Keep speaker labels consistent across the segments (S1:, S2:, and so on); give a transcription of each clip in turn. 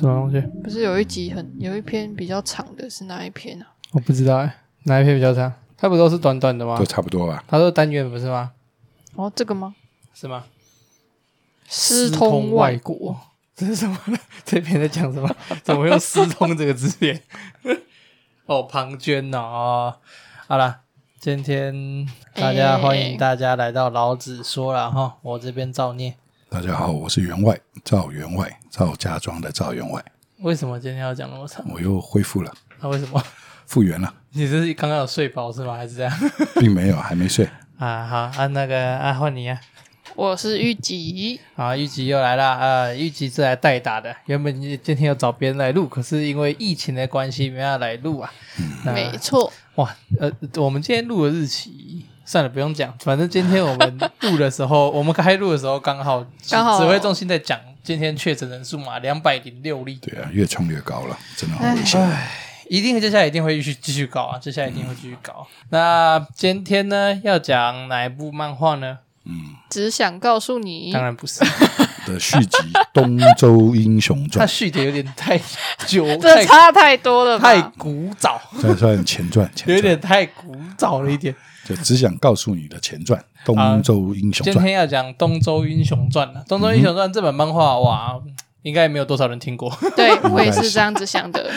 S1: 东西？
S2: 不是有一集很有一篇比较长的是哪一篇啊？
S1: 我不知道哎、哪一篇比较长？它不都是短短的吗
S3: 都？差不多吧。
S1: 它都单元不是吗？
S2: 哦，这个吗？
S1: 是吗？
S2: 私
S1: 通
S2: 通
S1: 外
S2: 外
S1: 国，这是什么？ 这篇在讲什么？ 怎么用“私通”这个字眼？ 哦，庞涓哦，好啦，今天大家
S2: 哎
S1: 欢迎大家来到老子说了哈，我这边造孽。
S3: 大家好，我是员外赵员外，赵家庄的赵员外，
S1: 为什么今天要讲那么长？
S3: 我又恢复了，
S1: 那、为什么？
S3: 复原了，
S1: 你是刚刚有睡饱是吗？还是这样？
S3: 并没有，还没睡。
S1: 啊，好，啊，那个啊，换你啊。
S2: 我是玉吉，
S1: 好，玉吉又来了。呃，玉吉是来代打的。原本今天要找别人来录，可是因为疫情的关系，没办法来录啊。那
S2: 没错，
S1: 哇，呃，我们今天录的日期，算了，不用讲。反正今天我们录的时候， 我们开录的时候刚好指，
S2: 刚好
S1: 指挥中心在讲今天确诊人数嘛，两百零六例，
S3: 对啊，越冲越高了，真的好危险。
S1: 一定接下来一定会继续继续搞啊，接下来一定会继续搞。那今天呢，要讲哪一部漫画呢？
S2: 只想告诉你
S1: 当，然不是，
S3: 的续集《东周英雄
S1: 它
S3: 传》
S1: 续的有点太久，
S2: 这
S1: 太
S2: 差太多了
S1: 太
S2: 吧？
S1: 古早，
S3: 再算前传，前 传
S1: 有点太古早了一点。
S3: 就只想告诉你的前传《东周英雄
S1: 啊今
S3: 传》
S1: 天要讲《东周英雄传》了，《东周英雄传》这本漫画，哇，应该没有多少人听过。
S2: 对我也是这样子想的。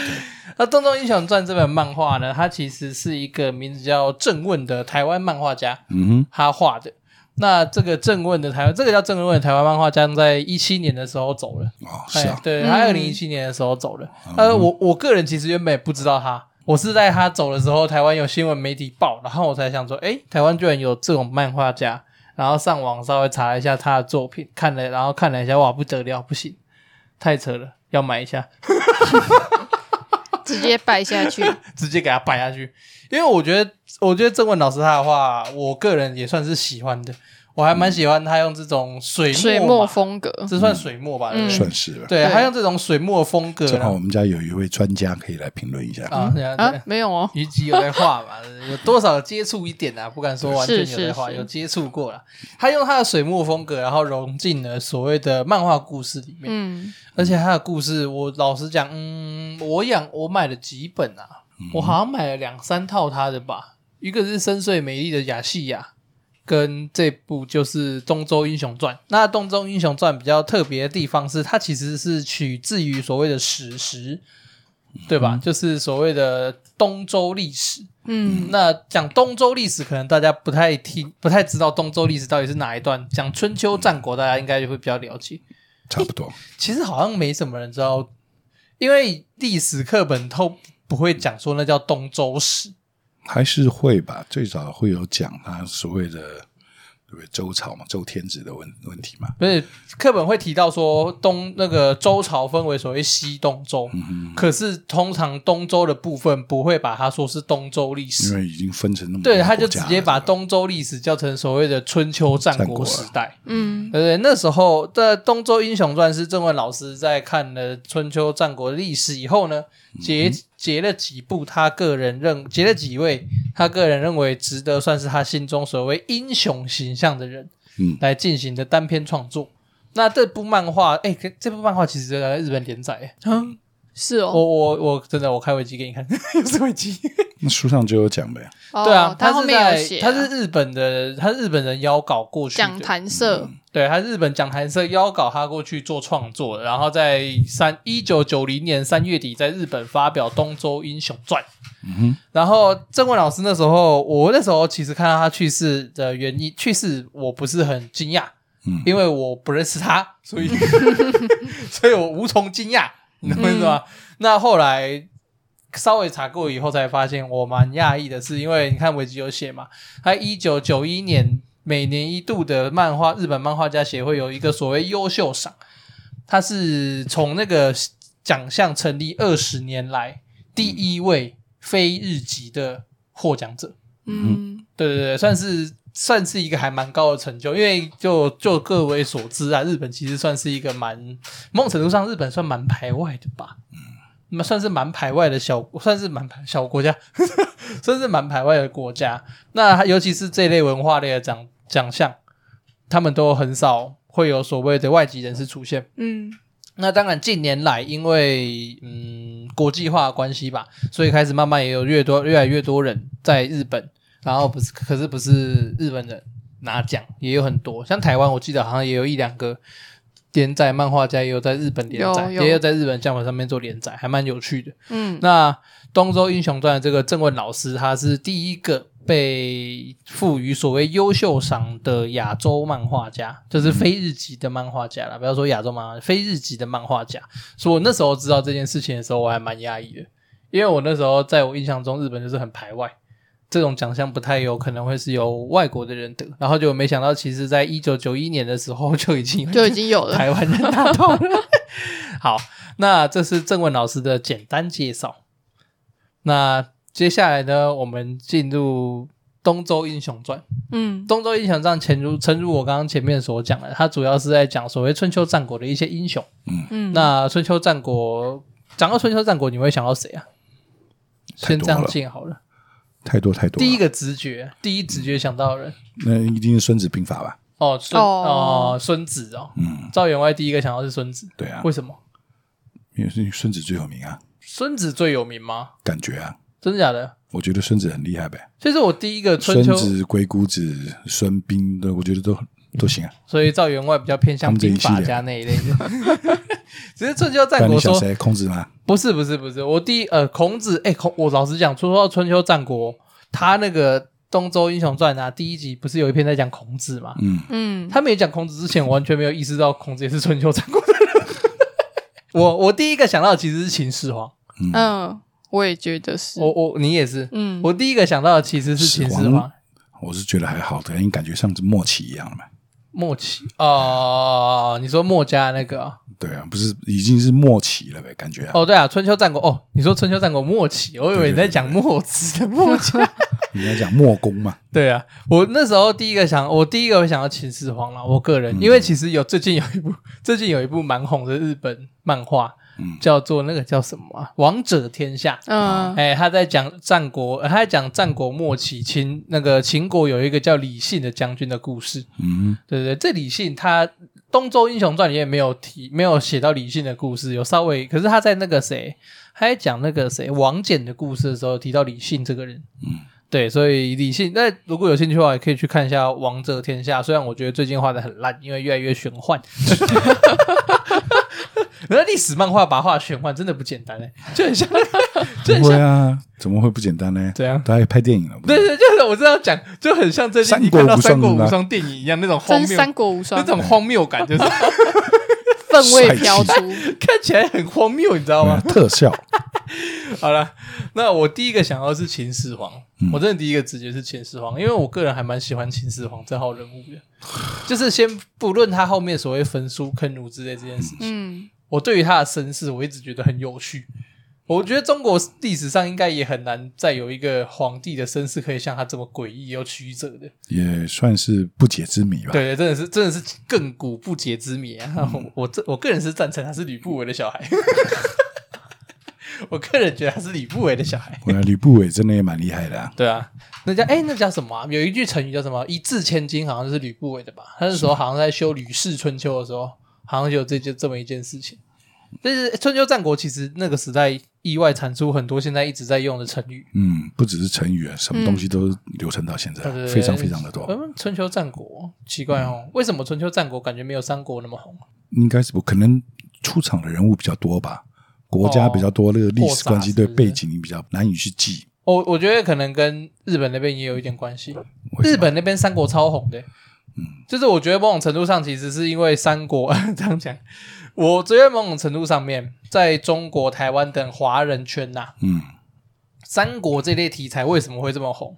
S1: 那《东周英雄传》这本漫画呢，它其实是一个名字叫郑问的台湾漫画家
S3: 嗯
S1: 他画的。那这个郑问的台湾，这个叫郑问的台湾漫画家，在一七年的时候走了。
S3: 哼，哦，是
S1: 哎
S3: 啊，
S1: 对，
S2: 嗯
S1: 他二零一七年的时候走了。呃，我我个人其实原本也不知道他，我是在他走的时候，台湾有新闻媒体报，然后我才想说，诶，台湾居然有这种漫画家。然后上网稍微查了一下他的作品，看了，然后看了一下，哇，不得了，不行，太扯了，要买一下。
S2: 直接拜下 去。
S1: 直接给他摆下去。因为我觉得，我觉得郑文老师他的话，我个人也算是喜欢的，我还蛮喜欢他用这种水墨
S2: 水墨
S1: 墨，
S2: 风格，
S1: 这算水墨吧？对
S2: 嗯
S1: 不对
S3: 算是了。
S1: 对，
S2: 对
S1: 他用这种水墨风格
S3: 正好
S1: 呢
S3: 我们家有一位专家可以来评论一下。
S1: 啊，对啊对
S2: 啊，没有哦，
S1: 虞姬有在画嘛， 有多少接触一点啊？不敢说完全
S2: 是
S1: 有在画，
S2: 是是
S1: 有接触过啦。他用他的水墨风格，然后融进了所谓的漫画故事里面。
S2: 嗯，
S1: 而且他的故事，我老实讲，嗯，我养我买了几本啊，我好像买了两三套他的吧，一个是《深邃美丽的雅西亚》，跟这部就是《东周英雄传》。那《东周英雄传》比较特别的地方是，它其实是取自于所谓的史实，对吧？就是所谓的东周历史。
S2: 嗯，
S1: 那讲东周历史，可能大家不太听、不太知道东周历史到底是哪一段。讲春秋战国，大家应该就会比较了解。
S3: 差不多，
S1: 其实好像没什么人知道，因为历史课本都不会讲说那叫东周史。
S3: 还是会吧，最早会有讲他所谓的对不对周朝嘛，周天子的问问题嘛。
S1: 不是课本会提到说东那个周朝分为所谓西东周，
S3: 嗯
S1: 可是通常东周的部分不会把它说是东周历
S3: 因
S1: 史，
S3: 为已经分成那么多
S1: 对，他就
S3: 国
S1: 直
S3: 家
S1: 接
S3: 了
S1: 把
S3: 对吧
S1: 东周历史叫成所谓的春秋战
S3: 战
S1: 国
S3: 国啊
S1: 时代。
S2: 嗯，
S1: 对对，那时候的《东周英雄传》是郑问老师在看了春秋战国历史以后呢，截截了几部他个人认截了几位他个人认为值得算是他心中所谓英雄形象的人，
S3: 嗯
S1: 来进行的单篇创作。那这部漫画，哎，可这部漫画其实在日本连载，哎
S2: 是哦，
S1: 我我我真的我开维基给你看， 又是维基。
S3: 那书上就有讲呗，
S2: 哦
S1: 对啊，
S2: 他
S1: 是
S2: 后面有
S1: 在
S2: 写
S1: 他
S2: 啊，
S1: 是日本的，他日本人邀稿过去的
S2: 讲谈社，
S1: 对他日本讲坛社邀稿他过去做创作，然后在三一九九零年三月底在日本发表《东周英雄传》。
S3: 嗯
S1: 然后郑文老师那时候，我那时候其实看到他去世的原因，去世我不是很惊讶，
S3: 嗯
S1: 因为我不认识他，所 以所以我无从惊讶，你懂我意思
S3: 嗯
S1: 吗？那后来稍微查过以后才发现，我蛮讶异的是，因为你看维基有写嘛，他一九九一年每年一度的漫画日本漫画家协会有一个所谓优秀赏，它是从那个奖项成立二十年来第一位非日籍的获奖者。
S2: 嗯，
S1: 对对对，算是算是一个还蛮高的成就，因为就就各位所知啊，日本其实算是一个蛮某种程度上，日本算蛮排外的吧，嗯，那么算是蛮排外的小，算是蛮排小国家， 算是蛮排外的国家。那尤其是这类文化类的奖奖项，他们都很少会有所谓的外籍人士出现。
S2: 嗯，
S1: 那当然，近年来因为嗯国际化的关系吧，所以开始慢慢也有越多越来越多人在日本，然后不是可是不是日本人拿奖也有很多，像台湾我记得好像也有一两个连载漫画家也有在日本连载，
S2: 有有
S1: 也有在日本相馆上面做连载，还蛮有趣的。
S2: 嗯，
S1: 那东周英雄传的这个郑问老师，他是第一个被赋予所谓优秀赏的亚洲漫画家，就是非日籍的漫画家啦。不要说亚洲漫画，非日籍的漫画家。所以我那时候知道这件事情的时候，我还蛮压抑的，因为我那时候在我印象中，日本就是很排外。这种奖项不太有可能会是由外国的人得，然后就没想到，其实在一九九一年的时候就已经有
S2: 嗯就已经有了。
S1: 台湾人 大同了。好，那这是郑文老师的简单介绍。那接下来呢，我们进入《东周英雄传》。
S2: 嗯
S1: 《东周英雄传》前如诚如我刚刚前面所讲的，它主要是在讲所谓春秋战国的一些英雄。
S2: 嗯，
S1: 那春秋战国，讲到春秋战国，你会想到谁啊？
S3: 太
S1: 先
S3: 多
S1: 这样
S3: 了
S1: 进好了。
S3: 太多太多了。
S1: 第一个直觉，第一直觉想到的人，
S3: 那一定是《孙子兵法》吧？
S1: 哦，孙
S2: 哦
S1: 哦，孙子哦，
S3: 嗯，
S1: 赵员外第一个想到是孙子，
S3: 对啊
S1: 为，什么？
S3: 因为是孙子最有名啊，
S1: 孙子最有名吗？
S3: 感觉啊，
S1: 真的假的？
S3: 我觉得孙子很厉害呗。
S1: 所以说我第一个春
S3: 孙
S1: 秋，
S3: 子、鬼谷子、孙膑的，我觉得都都行啊。
S1: 所以赵员外比较偏向
S3: 他们这
S1: 兵
S3: 一系
S1: 法
S3: 列
S1: 家那一类的。 只是春秋战
S3: 但
S1: 国
S3: 你想
S1: 说
S3: 谁？孔子吗？
S1: 不是不是不是，我第一呃孔子哎、孔我老实讲，说到春秋战国，他那个《东周英雄传》啊，第一集不是有一篇在讲孔子嘛？
S3: 嗯，
S2: 嗯，
S1: 他没讲孔子之前，我完全没有意识到孔子也是春秋战国的人。 我我第一个想到的其实是秦始皇，
S2: 嗯，我也觉得是。
S1: 我我你也是，
S2: 嗯，
S1: 我第一个想到的其实是秦始
S3: 始
S1: 皇
S3: 皇。我是觉得还好的，因为感觉像是默契一样了嘛。
S1: 末期哦，你说墨家那个啊、
S3: 对啊，不是已经是默契了呗？感觉啊，
S1: 哦，对啊，春秋战国哦，你说春秋战国末期，我以为你在讲墨子的墨家。
S3: 你要讲墨攻嘛，
S1: 对啊，我那时候第一个想，我第一个会想到秦始皇啦，我个人，因为其实有最近有一部，最近有一部蛮红的日本漫画，
S3: 嗯
S1: 叫做那个叫什么啊，《王者天下》。
S2: 嗯
S1: 哎，他在讲战国，呃他在讲战国末期秦那个秦国有一个叫李信的将军的故事。
S3: 嗯，
S1: 对对，对这李信他《东周英雄传》里面没有提，没有写到李信的故事，有稍微，可是他在那个谁，他在讲那个谁王翦的故事的时候提到李信这个人。
S3: 嗯，
S1: 对，所以李信，那如果有兴趣的话，也可以去看一下《王者天下》，虽然我觉得最近画的很烂，因为越来越玄幻。 那历史漫画把它画玄幻真的不简单哎、 就很像，就很
S3: 不会
S1: 像，
S3: 啊，怎么会不简单呢？
S1: 怎样
S3: 他还拍电影了，不
S1: 对
S3: 是
S1: 对，
S3: 啊
S1: 就是我这样讲，就很像最近你看到《三
S3: 三
S1: 国
S3: 国无双
S1: 无
S3: 啊
S1: 双》电影一样那种荒
S2: 真
S1: 谬
S2: 是三国无
S1: 那
S2: 双，
S1: 种荒谬感， 就是
S2: 氛围飘出
S3: 帅。
S1: 看起来很荒谬，你知道
S3: 对啊
S1: 吗？
S3: 特效，
S1: 好了，那我第一个想到是秦始皇，我真的第一个直觉是秦始皇，因为我个人还蛮喜欢秦始皇这号人物的，就是先不论他后面所谓焚书坑儒之类这件事情，
S2: 嗯
S1: 我对于他的身世我一直觉得很有趣。我觉得中国历史上应该也很难再有一个皇帝的身世可以像他这么诡异又曲折的。
S3: 也算是不解之谜吧。
S1: 对对，真的是真的是亘古不解之谜啊！我这我个人是赞成他是吕不韦的小孩，我个人觉得他是吕不韦的小孩。
S3: 我吕不韦真的也蛮厉害 的啊，
S1: 对啊，那叫哎、那叫什么、啊？有一句成语叫什么“一掷千金”，好像是吕不韦的吧？他那时候好像在修《吕氏春秋》的时候，好像有这件这么一件事情。但是哎春秋战国其实那个时代意外产出很多现在一直在用的成语，
S3: 嗯，不只是成语啊，什么东西都流传到现
S1: 嗯
S3: 在
S1: 对对，对
S3: 非常非常的多。
S1: 嗯，春秋战国奇怪哦，为什么春秋战国感觉没有三国那么红？
S3: 应该是不可能出场的人物比较多吧，国家比较多，那个历史关系对
S1: 或杂是不是
S3: 背景你比较难以去记。
S1: 我我觉得可能跟日本那边也有一点关系。
S3: 为什么
S1: 日本那边三国超红的，嗯，就是我觉得某种程度上其实是因为三国 这样讲，我觉得某种程度上面，在中国台湾等华人圈呐、
S3: 嗯，
S1: 三国这类题材为什么会这么红，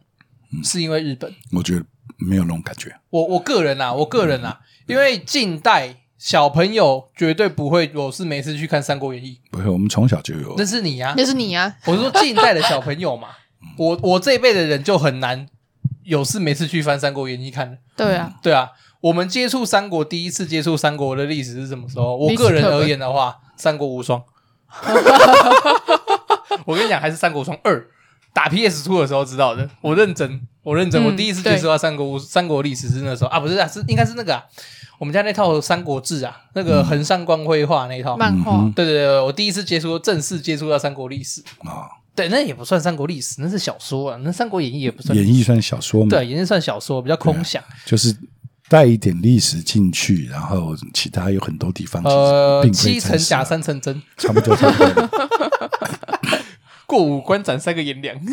S3: 嗯
S1: 是因为日本。
S3: 我觉得没有那种感觉。
S1: 我我个人啊，我个人啊，因为近代小朋友绝对不会，我是每次去看《三国演义
S3: 不会，我们从小就》，有
S1: 那是你啊，
S2: 那是你啊，
S1: 我是说近代的小朋友嘛，
S3: 嗯
S1: 我我这一辈的人就很难有事没事去翻《三国演义》看。
S2: 对啊，
S1: 对啊，我们接触三国，第一次接触三国的历史是什么时候？我
S2: 历史
S1: 个人
S2: 课本
S1: 而言的 话，《三国无双》，我跟你讲，还是《三国无双二》打 PS Two 的时候知道的，我认真，我认真，
S2: 嗯
S1: 我第一次接触到三国三国历史是那时候啊，不是啊，是应该是那个、啊、我们家那套《三国志》啊，那个横山光辉画那一套。
S2: 嗯漫画
S3: 嗯
S1: 对对对，我第一次接触正式接触到三国历史，
S3: 啊，
S1: 对，那也不算三国历史，那是小说啊，那《三国演义》也不算
S3: 演义算小说嘛，
S1: 对，也是算小说，比较空想。
S3: 就是带一点历史进去，然后其他有很多地方其实
S1: 呃，
S3: 并
S1: 七
S3: 非
S1: 成
S3: 真实
S1: 假，
S3: 啊，
S1: 三成真，
S3: 差不多差不多，
S1: 过五关斩三个颜良。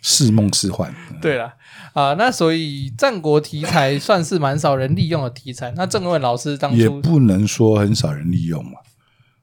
S3: 是梦是幻，
S1: 对了，啊、那所以战国题材算是蛮少人利用的题材。那郑文老师当
S3: 也
S1: 初
S3: 不能说很少人利用嘛。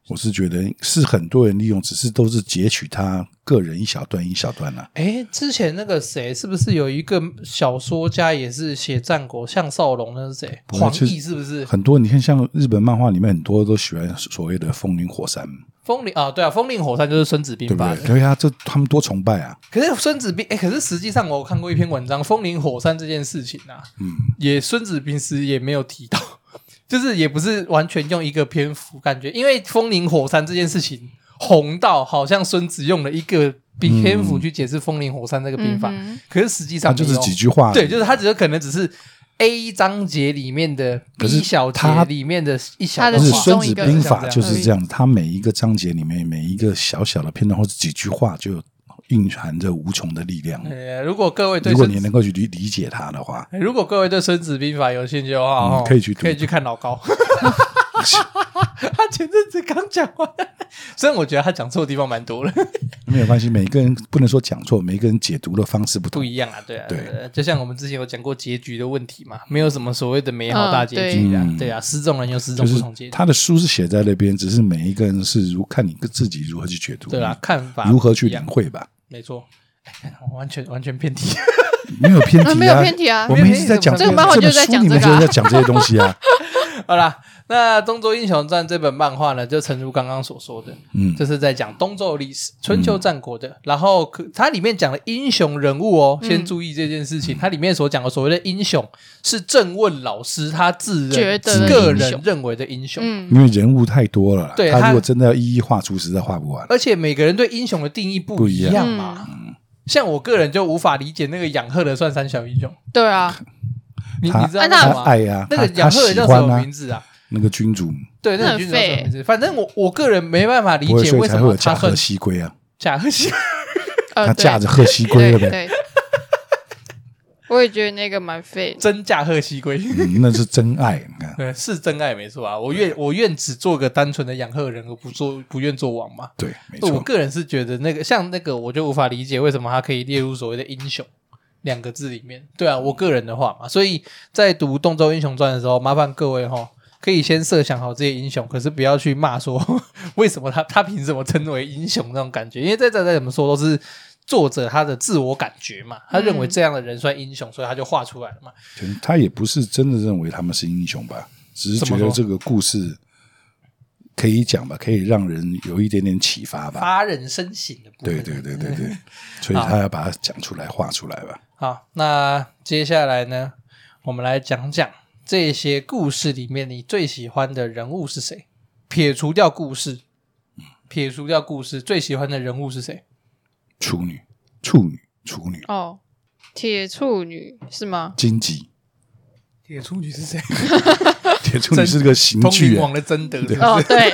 S3: 我是觉得是很多人利用，只是都是截取他个人一小段一小段啦、啊
S1: 哎，之前那个谁，是不是有一个小说家也是写战国，项少龙那是谁？
S3: 不是
S1: 黄
S3: 其实
S1: 奕是不是？
S3: 很多你看，像日本漫画里面很多都喜欢所谓的风林火山，
S1: 风林啊，对啊，风林火山就是孙子
S3: 对
S1: 兵
S3: 不
S1: 吧
S3: 对？？对啊，这他们多崇拜啊！
S1: 可是孙子兵，哎，可是实际上我有看过一篇文章，风林火山这件事情啊，
S3: 嗯，
S1: 也孙子兵是也没有提到， 就是也不是完全用一个篇幅感觉，因为风林火山这件事情红到好像孙子用了一个比篇幅去解释风林火山这个兵法，
S2: 嗯哼
S1: 可是实际
S3: 他
S1: 上
S3: 就是
S1: 没有
S3: 几句话，
S1: 哦对，就是他只是可能只是 A 章节里面的 B
S3: 可是
S1: 小节
S3: 他
S1: 里面的一小
S2: 他
S1: 部
S2: 的
S3: 不
S1: 分
S3: 是
S2: 其中
S3: 孙子
S2: 一个
S3: 兵法就是这样，他每一个章节里面每一个小小的片段或者几句话，就蕴含着无穷的力量。
S1: 呃，如果各位对
S3: 如果
S1: 孙
S3: 你
S1: 子
S3: 能够去理理解它的话，
S1: 哎如果各位对《孙子兵法》有兴趣的话，哦
S3: 嗯可以去读
S1: 可以去看老 高。 他前阵子刚讲完，虽然我觉得他讲错的地 方蛮多了。
S3: 没有关系。每个人不能说讲错，每个人解读的方式不
S1: 不
S3: 同。
S1: 一样啊，对啊，
S3: 对
S1: 呃就像我们之前有讲过结局的问题嘛，没有什么所谓的美好大结局啊，
S3: 嗯
S1: 对啊，失踪人有失踪
S3: 就
S1: 不
S3: 是
S1: 同结局，
S3: 他的书是写在那边，只是每一个人是如看你自己如何去解读，
S1: 对啊，看法
S3: 如何去
S1: 不一样
S3: 领会吧。
S1: 没错， 哎我完全完全偏题，
S3: 没有偏题
S2: 啊
S3: 啊，
S2: 没有偏题啊
S3: 我
S1: 没
S3: 们
S1: 有
S3: 一直在
S1: 偏
S3: 讲
S1: 题
S2: 这个漫画
S3: 本
S2: 就是在
S3: 书
S2: 讲
S3: 里面
S2: 这个啊
S3: 就在讲这些 东西啊。
S1: 好啦，那《东周英雄传》这本漫画呢，就诚如刚刚所说的，
S3: 嗯，
S1: 就是在讲东周历史、春秋战国的。然后可它里面讲的英雄人物
S3: 嗯
S1: 哦，先注意这件事情。它里面所讲的所谓的英雄，是郑问老师他自
S2: 觉
S1: 认
S2: 得的
S1: 个
S2: 英
S1: 人
S2: 雄
S1: 认为的英雄。
S2: 嗯，
S3: 因为人物太多了啦，
S1: 对
S3: 他
S1: 他
S3: 如果真的要一一画出，实在画不完。
S1: 而且每个人对英雄的定义不
S3: 不
S1: 一
S3: 一
S1: 样
S3: 样
S1: 嘛。
S3: 嗯
S1: 像我个人就无法理解那个养鹤的算三小英雄，
S2: 对啊，
S1: 你
S3: 他
S1: 你知道
S2: 那
S1: 那
S2: 干
S1: 个
S3: 他
S1: 吗？
S3: 爱啊，
S1: 那
S3: 他
S1: 个
S3: 他
S1: 养鹤的
S3: 喜
S1: 叫什
S3: 欢
S1: 么
S3: 啊
S1: 名，字啊？
S3: 那个君主，
S1: 对，那个
S2: 那很
S1: 君主叫什么
S2: 废
S1: 名字？反正我我个人没办法理
S3: 我
S1: 解
S3: 所
S1: 为
S3: 以
S1: 什
S3: 才会
S1: 么
S3: 有
S1: 他啊
S3: 驾
S1: 算
S3: 鹤西归啊，
S1: 甲贺西。
S2: 呃，
S3: 他
S2: 对
S3: 驾着鹤西归
S2: 对
S3: 了呗，
S2: 对，我也觉得那个蛮废的。
S1: 真假贺西归，
S3: 嗯那是真爱。你看，
S1: 对，是真爱没错啊。我愿我愿只做个单纯的养鹤人，而不做不愿做王嘛。
S3: 对，没
S1: 我
S3: 错，
S1: 个人是觉得那个像那个，我就无法理解为什么他可以列入所谓的英雄两个字里面。对
S3: 嗯
S1: 啊，我个人的话嘛，所以在读《东周英雄传》的时候，麻烦各位哈，可以先设想好这些英雄，可是不要去骂说 为什么他他凭什么称为英雄那种感觉，因为再再再怎么说都是。作者他的自我感觉嘛，他认为
S3: 嗯
S1: 这样的人算英雄，所以他就画出来了嘛。
S3: 就是他也不是真的认为他们是英雄吧，只是
S1: 怎么
S3: 觉
S1: 说
S3: 得这个故事可以讲吧，可以让人有一点点启发吧。
S1: 发人深省的部分。
S3: 对对对对 对，所以他要把它讲出来、画出来吧。
S1: 好，那接下来呢，我们来讲讲这些故事里面你最喜欢的人物是谁？撇除掉故事，撇除掉故事，最喜欢的人物是谁？
S3: 处女，处女，处女，
S2: 哦，铁处女是吗？
S3: 荆棘，
S1: 铁处女是谁？
S3: 铁处女是个刑
S1: 通
S3: 具
S1: 灵
S3: 啊，
S1: 王的贞德是不是
S2: 哦，对，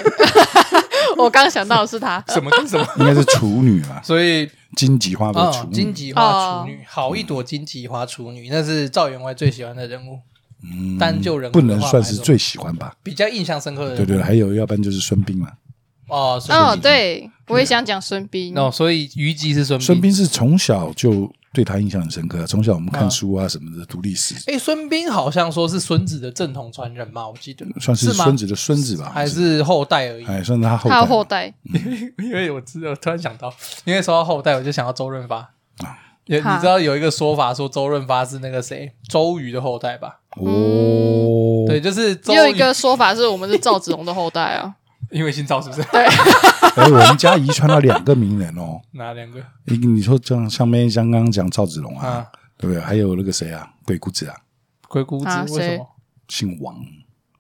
S2: 我刚想到的是他。
S1: 什么跟什么？
S3: 应该是处女啊，
S1: 所以
S3: 荆棘花
S1: 啊
S3: 的处，
S1: 荆
S3: 女。
S1: 棘花处女，好一朵荆棘花处女，那是赵员外最喜欢的人物，
S3: 嗯
S1: 单就人物的
S3: 不
S1: 话
S3: 能算是最喜欢吧？
S1: 比较印象深刻的人
S3: 对
S1: 物。
S3: 对，还有要不然就是孙膑嘛。
S1: 哦，孙
S2: 哦，
S1: 膑
S2: 对，我也想讲孙膑。
S1: 哦，所以虞姬是孙
S3: 孙
S1: 膑。
S3: 膑是从小就对他印象很深刻，从小我们
S1: 啊
S3: 看书啊什么的，读历史，
S1: 哎，孙膑好像说是孙子的正统传人嘛，我记得
S3: 嗯算是
S1: 是吗
S3: 孙子的孙子吧？
S1: 还是后代而已。
S3: 哎，算是他后
S2: 他
S3: 代
S2: 的后代，
S1: 因为我知道，突然想到，因为说到后代，我就想到周润发。
S3: 啊
S1: 有
S2: 哈
S1: 你知道有一个说法说周润发是那个谁周瑜的后代吧？
S2: 嗯
S3: 哦。
S1: 对，就是周
S2: 也有
S1: 瑜
S2: 一，个说法是我们是赵子龙的后代啊。
S1: 因为姓赵是不是？
S3: 哎，我们家遗传了两个名人哦。
S1: 哪两个
S3: 你你说这样，像面像刚刚讲赵子龙啊
S1: 啊，？
S3: 对不对？还有那个谁啊，鬼谷子啊，
S1: 鬼谷子
S2: 啊
S1: 为什
S2: 谁
S1: 么？
S3: 姓王，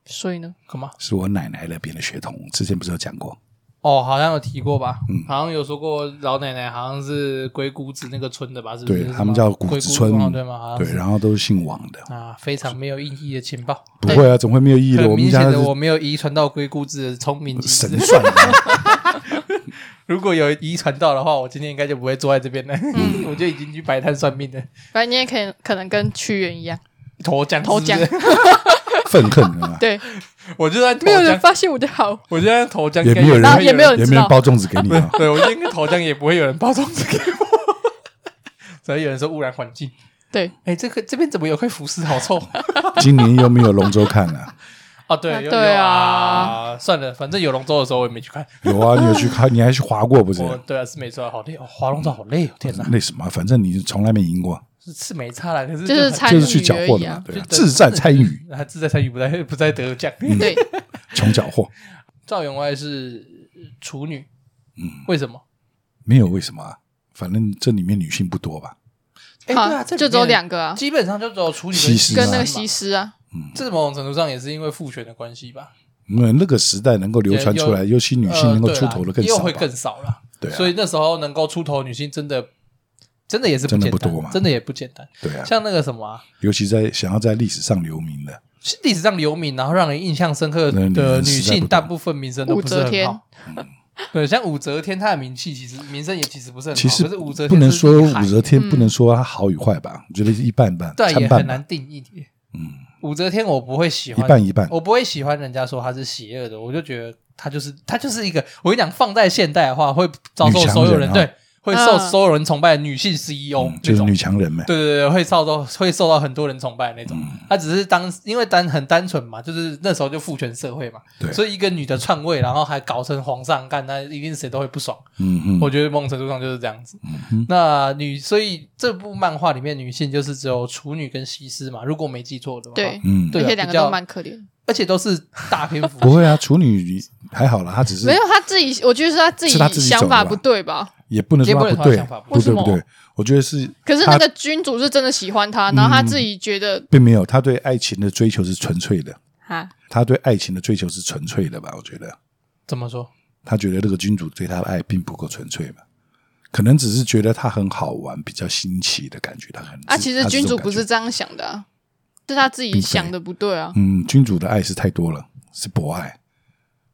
S2: 所以呢？
S1: 干嘛？
S3: 是我奶奶那边的血统，之前不是有讲过？
S1: 哦，好像有提过吧？
S3: 嗯
S1: 好像有说过老奶奶好像是鬼谷子那个村的吧？是不是？
S3: 对
S1: 是吗
S3: 他们叫谷子村
S1: 鬼谷子哦对吗？好像
S3: 对，
S1: 是
S3: 然后都是姓王的，
S1: 啊，非常没有意义的情报，
S3: 不会啊，怎么会没有意义的？
S1: 很
S3: 我们
S1: 明
S3: 家
S1: 显
S3: 是
S1: 的我没有遗传到鬼谷子的聪明机
S3: 神
S1: 智。
S3: 算啊，
S1: 如果有遗传到的话，我今天应该就不会坐在这边了，
S2: 嗯
S1: 我就已经去摆摊算命了。
S2: 反正你也可以可能跟屈原一样
S1: 投降，
S2: 投降
S1: 是不是
S3: 愤恨啊，
S2: 对，
S1: 我就在投
S2: 没有人
S1: 降，
S2: 发现我的好，
S1: 我就在投降，
S3: 也没有人
S1: 应该。
S2: 也没有人
S3: 也没
S2: 知
S3: 人
S2: 道
S3: 包粽子给你啊
S1: 对我今天投降也不会有人包 粽子给我。所以有人说污染环境，
S2: 对，
S1: 哎、这个这边怎么有块浮尸，好 臭
S3: 今年又没有龙舟看啊？
S1: 哦！对，
S2: 啊
S1: 有
S2: 对
S1: 有
S2: 啊
S1: 啊，算了，反正有龙舟的时候我也没去看。
S3: 有啊，你有去看？你还去划过不 是？
S1: 我对啊，是没错，好累哦，划龙舟好累哦，天哪，
S3: 那什么，啊反正你从来没赢过，
S1: 是是没差啦，可是
S2: 就是
S1: 很
S2: 参
S3: 就是去
S2: 与
S3: 缴
S2: 而
S3: 获
S2: 已
S3: 的嘛
S2: 啊，。
S3: 对啊，
S1: 就
S3: 自在参与，
S1: 啊，自在参与不在不在得奖。
S2: 对，
S3: 穷缴获，
S1: 赵员外是处女，嗯，为什么？
S3: 没有为什么啊？反正这里面女性不多吧？
S1: 哎、
S2: 好
S1: 对啊，这里面
S2: 就只有两个啊，
S1: 基本上就只有处女
S3: 西施
S2: 跟那个
S1: 西
S2: 西施啊，
S1: 这某种程度上也是因为父权的关系吧，呃
S3: 那那个时代能够流传出来，尤其女性能够出头的更
S1: 又
S3: 少
S1: 啊会
S3: 吧
S1: 更？少了。
S3: 对啊
S1: 所以那时候能够出头的女性真的真的也是
S3: 真的
S1: 简单
S3: 不多嘛
S1: 真的也不简单。
S3: 对啊，
S1: 像那个什么、啊，
S3: 尤其在想要在历史上留名的，
S1: 历史上留名，然后让人印象深刻
S3: 那女
S1: 的
S3: 人
S1: 女
S3: 实在不
S1: 性，
S3: 多嗯
S1: 大部分名声都不是
S2: 武则
S1: 很
S2: 天
S1: 好。对，像武则天，她的名气其实名声也其实不是很好。
S3: 其实
S1: 可是武则天
S3: 不能
S1: 是
S3: 说
S1: 厉害
S3: 武则天
S2: 嗯
S3: 不能说她好与坏吧，我觉得一半半，
S1: 但
S3: 参
S1: 也
S3: 半
S1: 很
S3: 吧，
S1: 难定义。
S3: 嗯，
S1: 武则天我不会喜
S3: 一
S1: 欢，
S3: 半一半。
S1: 我不会喜欢人家说她是邪恶的，我就觉得她就是她就是一个，我跟你讲，放在现代的话，会遭受所有人
S3: 女强人啊
S1: 对，会受
S2: 嗯
S1: 所有人崇拜的女性 CEO
S3: 嗯
S1: 那
S3: 就是
S1: 种，
S3: 女强人嘛，
S1: 对对对，会受到会受到很多人崇拜的那种。
S3: 嗯
S1: 她只是当因为单很单纯嘛，就是那时候就父权社会嘛，
S3: 对
S1: 所以一个女的篡位，然后还搞成皇上干，那一定谁都会不爽。
S3: 嗯嗯，
S1: 我觉得某种程度上就是这样子。
S3: 哼
S1: 那女，所以这部漫画里面女性就是只有处女跟西施嘛，如果我没记错的话，
S2: 对，
S3: 嗯，
S1: 对啊
S2: 而且两个
S1: 比较
S2: 都蛮可怜。
S1: 而且都是大篇幅
S3: 不会啊，处女还好啦，她只是
S2: 没有他自己，我觉得是他自
S3: 是他自己
S2: 想
S3: 走的
S2: 法
S3: 吧
S2: 不对吧？
S3: 也不能说
S1: 也不
S3: 她
S1: 能说
S3: 不
S1: 她
S3: 对
S1: 想法，不
S3: 不对
S2: 为
S3: 不
S2: 什么
S3: 对，我觉得是
S2: 可是那
S3: 她
S2: 个君主是真的喜欢他，然后他
S3: 嗯
S2: 自己觉得
S3: 并没有，她对爱情的追求是纯粹的，
S2: 啊，
S3: 她对爱情的追求是纯粹的吧？我觉得
S1: 怎么说？
S3: 她觉得那个君主对她的爱并不够纯粹嘛，可能只是觉得她很好玩，比较新奇的感觉，她很
S2: 啊，其实
S3: 她这
S2: 君主
S3: 种
S2: 不
S3: 感觉
S2: 是这样想的、啊，是他自己
S3: 并非
S2: 想的不对啊。
S3: 嗯，君主的爱是太多了，是博爱，